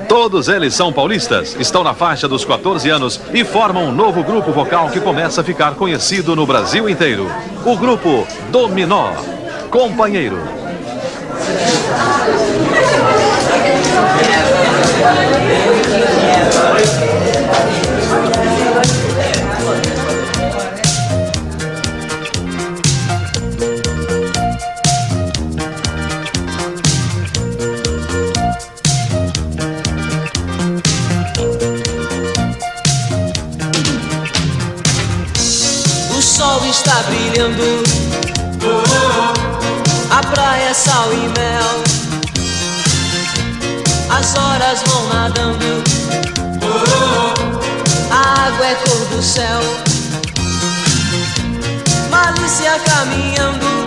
[SPEAKER 14] Todos eles são paulistas, estão na faixa dos 14 anos e formam um novo grupo vocal que começa a ficar conhecido no Brasil inteiro. O grupo Dominó. Companheiro.
[SPEAKER 12] O sol está brilhando. A praia é sal e mel. As horas vão nadando. A água é cor do céu. Malícia caminhando.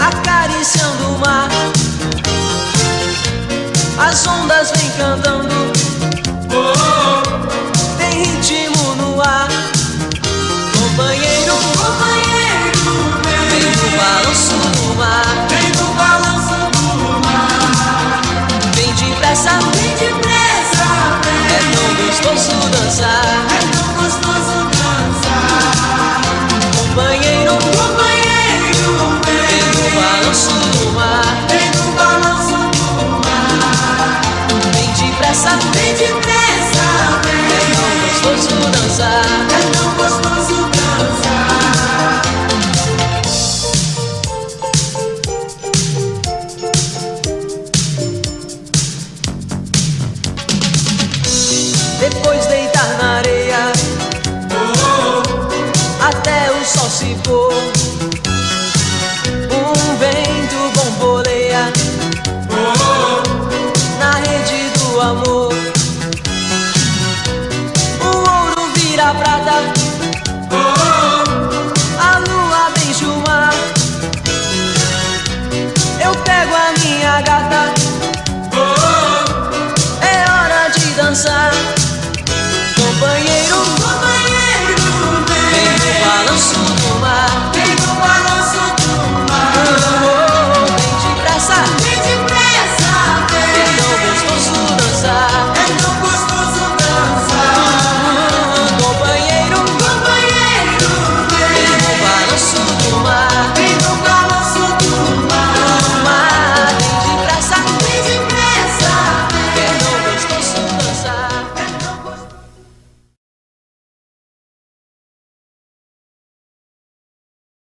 [SPEAKER 12] Acariciando o mar. As ondas vêm cantando. Tem ritmo no ar. Companheiro, companheiro, vem do um balanço do mar, vem do um balanço do mar. Vem depressa, vem depressa, é tão gostoso dançar, é tão gostoso dançar. Companheiro, companheiro, vem do um balanço do mar, vem do balanço do mar. Vem depressa, vem depressa, é tão gostoso dançar, é tão gostoso dançar. Depois deitar na areia Até o sol se pôr Um vento bomboleia Na rede do amor O ouro vira prata A lua beija o mar Eu pego a minha gata É hora de dançar Companheiro, É É